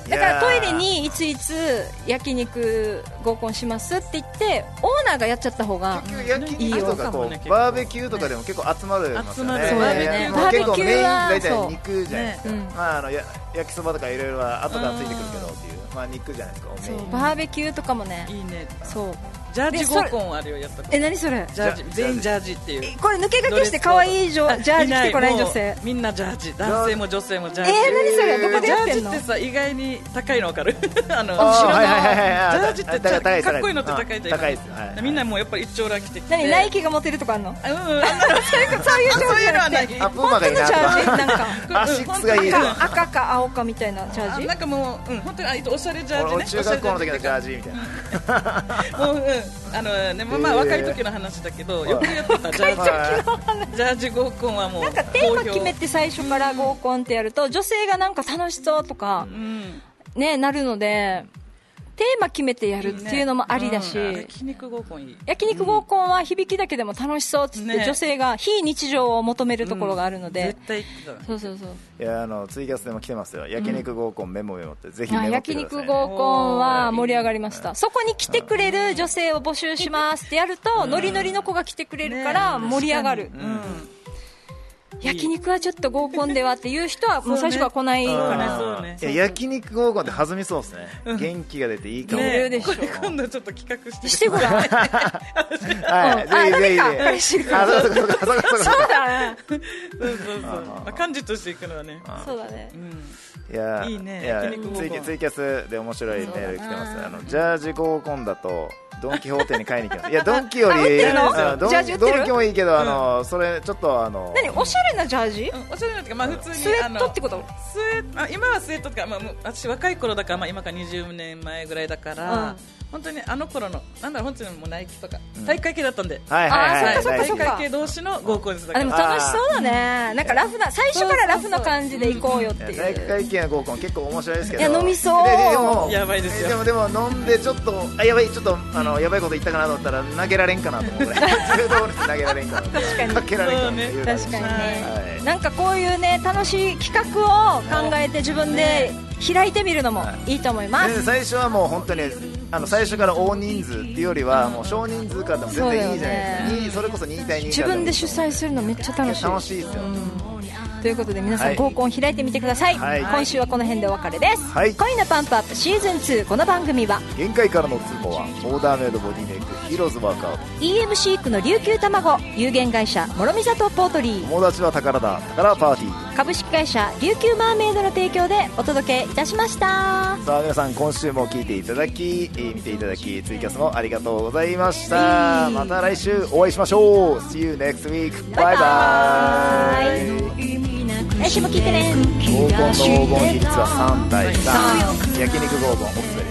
Speaker 1: だからトイレにいついつ焼肉合コンしますって言ってオーナーがやっちゃった方が
Speaker 2: 結局焼
Speaker 1: いい
Speaker 2: 肉
Speaker 1: よ
Speaker 2: とかこ
Speaker 4: いいよ
Speaker 2: うバーベキューとかでも結構集まるようになりますよね
Speaker 4: 集まるそうだ
Speaker 1: よね
Speaker 2: も
Speaker 1: バ
Speaker 2: う結
Speaker 1: ーベ
Speaker 2: 構メ
Speaker 1: キ
Speaker 2: イ
Speaker 1: ュー
Speaker 2: ン
Speaker 1: は
Speaker 2: 大体
Speaker 1: そう
Speaker 2: 肉じゃないですか
Speaker 1: ねうん
Speaker 2: まああのや焼きそばとかいろいろは後がついてくるけどっていうまあ肉じゃないですかメイン
Speaker 1: バーベキューとかもね
Speaker 4: いいね
Speaker 1: そう
Speaker 4: ジャージ
Speaker 1: でそ
Speaker 4: 合
Speaker 1: れ
Speaker 4: コンあるよやったこと
Speaker 1: え何それ
Speaker 4: ジャージ
Speaker 2: ジャ
Speaker 4: 全員ジャージっていう
Speaker 1: これ抜け駆けして可愛いジョジャージ着てこない女性
Speaker 4: もうみんなジャージ男性も女性もジャージ
Speaker 1: えー何それどこで
Speaker 4: ジ
Speaker 1: や
Speaker 4: ャ
Speaker 1: って
Speaker 4: ー
Speaker 1: ん
Speaker 4: ジ
Speaker 1: の
Speaker 4: ってさ意外に高いの分かる あの
Speaker 2: あ
Speaker 4: 後ろ
Speaker 2: はいはいはいはい
Speaker 4: ジャ
Speaker 2: あ
Speaker 4: ージって
Speaker 2: だら高です
Speaker 4: かっこいいのって高いじゃん
Speaker 2: あ高いですは
Speaker 4: みんなもうやっぱり一丁羅着てきて
Speaker 1: 何ナイキがモテるとかあんの
Speaker 4: うんうんあんなの
Speaker 1: そういうそういうジャー
Speaker 4: そう
Speaker 1: ジじ
Speaker 4: い
Speaker 1: ゃ
Speaker 4: うの
Speaker 1: な
Speaker 4: は
Speaker 1: くて
Speaker 4: ない
Speaker 2: あブーマー
Speaker 1: ジ
Speaker 2: がいいなと
Speaker 1: ャージ
Speaker 2: か
Speaker 1: なんか
Speaker 2: アシックスがいいな
Speaker 1: 赤赤か青かみたいなジャー
Speaker 4: あ
Speaker 1: ジ
Speaker 4: なんかもう、うん、本当にあおしゃれジャージ
Speaker 2: 俺
Speaker 4: ね
Speaker 2: 中学校の時のジャー
Speaker 4: ジ
Speaker 2: ジみたいな
Speaker 4: もう、うん、あのねまあまあ
Speaker 2: へー
Speaker 4: 若い時の話だけどよくやってたジャージジャージ合コンはもう
Speaker 1: なんかテーマ決めて最初から合コンってやると女性がなんか楽しそうとか
Speaker 4: 好評うん
Speaker 1: ねなるのでテーマ決めてやるっていうのもありだし
Speaker 4: うん焼肉合コンいい
Speaker 1: 焼肉合コンは響きだけでも楽しそうっつって
Speaker 4: ね
Speaker 1: 女性が非日常を求めるところがあるので
Speaker 4: 絶対行ってたない
Speaker 1: そうそうそう
Speaker 2: いやあのツイキャスでも来てますよ焼肉合コンメモメモってぜひメ
Speaker 1: あ
Speaker 2: モって
Speaker 1: 焼
Speaker 2: ください
Speaker 1: 肉
Speaker 2: ね
Speaker 1: 合コンは盛り上がりましたそこに来てくれる女性を募集しますってやるとノリノリの子が来てくれるから盛り上がる焼肉はちょっと合コンではっていう人はもう最初から来ないから
Speaker 4: そうね
Speaker 2: いや焼肉合コンって弾みそうですね元気が出ていいかも
Speaker 1: ねえでしょ
Speaker 4: これ今度ちょっと企画して
Speaker 1: してごらん
Speaker 2: はい
Speaker 1: うんあ
Speaker 2: ぜひ
Speaker 1: ダメか
Speaker 2: ぜひ
Speaker 1: 知る
Speaker 2: あそうかそうかそうかそうか
Speaker 1: そうだね
Speaker 4: そうそうそうまあ幹事としていくのはね
Speaker 1: そうだね
Speaker 2: いや
Speaker 4: いいね
Speaker 2: いや
Speaker 4: 焼肉合
Speaker 2: ツ
Speaker 4: コン
Speaker 2: イキツイキャスで面白いメール来てますねあのジャージ合コンだとドン・キホーテに買いに行きますいやドンキより
Speaker 1: あ売ってるの
Speaker 2: うんドン
Speaker 1: ジャージ売ってる
Speaker 2: ドンキもいいけどあのそれちょっとあの
Speaker 1: 何おしゃれなジャージ
Speaker 4: うんおしゃれなっていうかまあ普通に
Speaker 1: スウェッ
Speaker 4: あの
Speaker 1: トってこと
Speaker 4: スウェあ今はスウェットとか、まあ、もう私若い頃だから、まあ、今から20年前ぐらいだから、
Speaker 1: うん
Speaker 4: 本当にあの頃のなんだろう本当にもうナイキとか体育会系だったんで、
Speaker 2: はいはいはい
Speaker 1: あそっか
Speaker 2: 大
Speaker 1: そ
Speaker 2: 好
Speaker 1: っ
Speaker 2: き
Speaker 1: かそっか
Speaker 2: で
Speaker 4: 体育会系同士の合コンですだ
Speaker 1: あ
Speaker 4: か
Speaker 1: で
Speaker 4: ら
Speaker 1: も楽しそうだねなんかラフな最初からラフな感じで行こうよって
Speaker 2: す体育
Speaker 1: いう
Speaker 2: 会系の合コン結構面白いですけど
Speaker 1: いや飲みそう
Speaker 2: ででも
Speaker 4: やばいですよ
Speaker 2: でもでも飲んでちょっとあやばいちょっとあのやばいこと言ったかなと思ったら投げられんかなと思って 柔道に投げられんかな確
Speaker 1: かに
Speaker 2: かけられんかな
Speaker 4: そうね
Speaker 2: いうのありま
Speaker 1: 確
Speaker 2: す
Speaker 1: かにね、
Speaker 2: はい
Speaker 1: なんかこういうね楽しい企画を考えて自分で開いてみるのもいいと思いま
Speaker 2: 全然
Speaker 1: す、
Speaker 2: 最初はもう本当にあの最初から大人数っていうよりはもう少人数からでも全然いいじゃないですかいいそれこそ2対2
Speaker 1: 自分で主催するのめっちゃ楽しい
Speaker 2: 楽しいですよ
Speaker 1: ということで皆さ
Speaker 2: は
Speaker 1: ん
Speaker 2: い
Speaker 1: 合コン開いてみてください、
Speaker 2: はい
Speaker 1: 今週はこの辺でお別れです、
Speaker 2: はい
Speaker 1: 恋のパンプアップシーズン2この番組は
Speaker 2: 限界からの通報はオーダーメイドボディメイクヒーローズワーカー
Speaker 1: EM シークの琉球卵有限会社諸見里ポートリー
Speaker 2: 友達は宝だ宝パーティー
Speaker 1: 株式会社琉球マーメイドの提供でお届けいたしました
Speaker 2: さあ皆さん今週も聞いていただきえー見ていただきツイキャスもありがとうございましたまた来週お会いしましょう See you next week バイバイ
Speaker 8: 意味なく
Speaker 1: 来週も聞いてね
Speaker 2: 合コンの黄金比率は3対3焼肉合コンおすすめ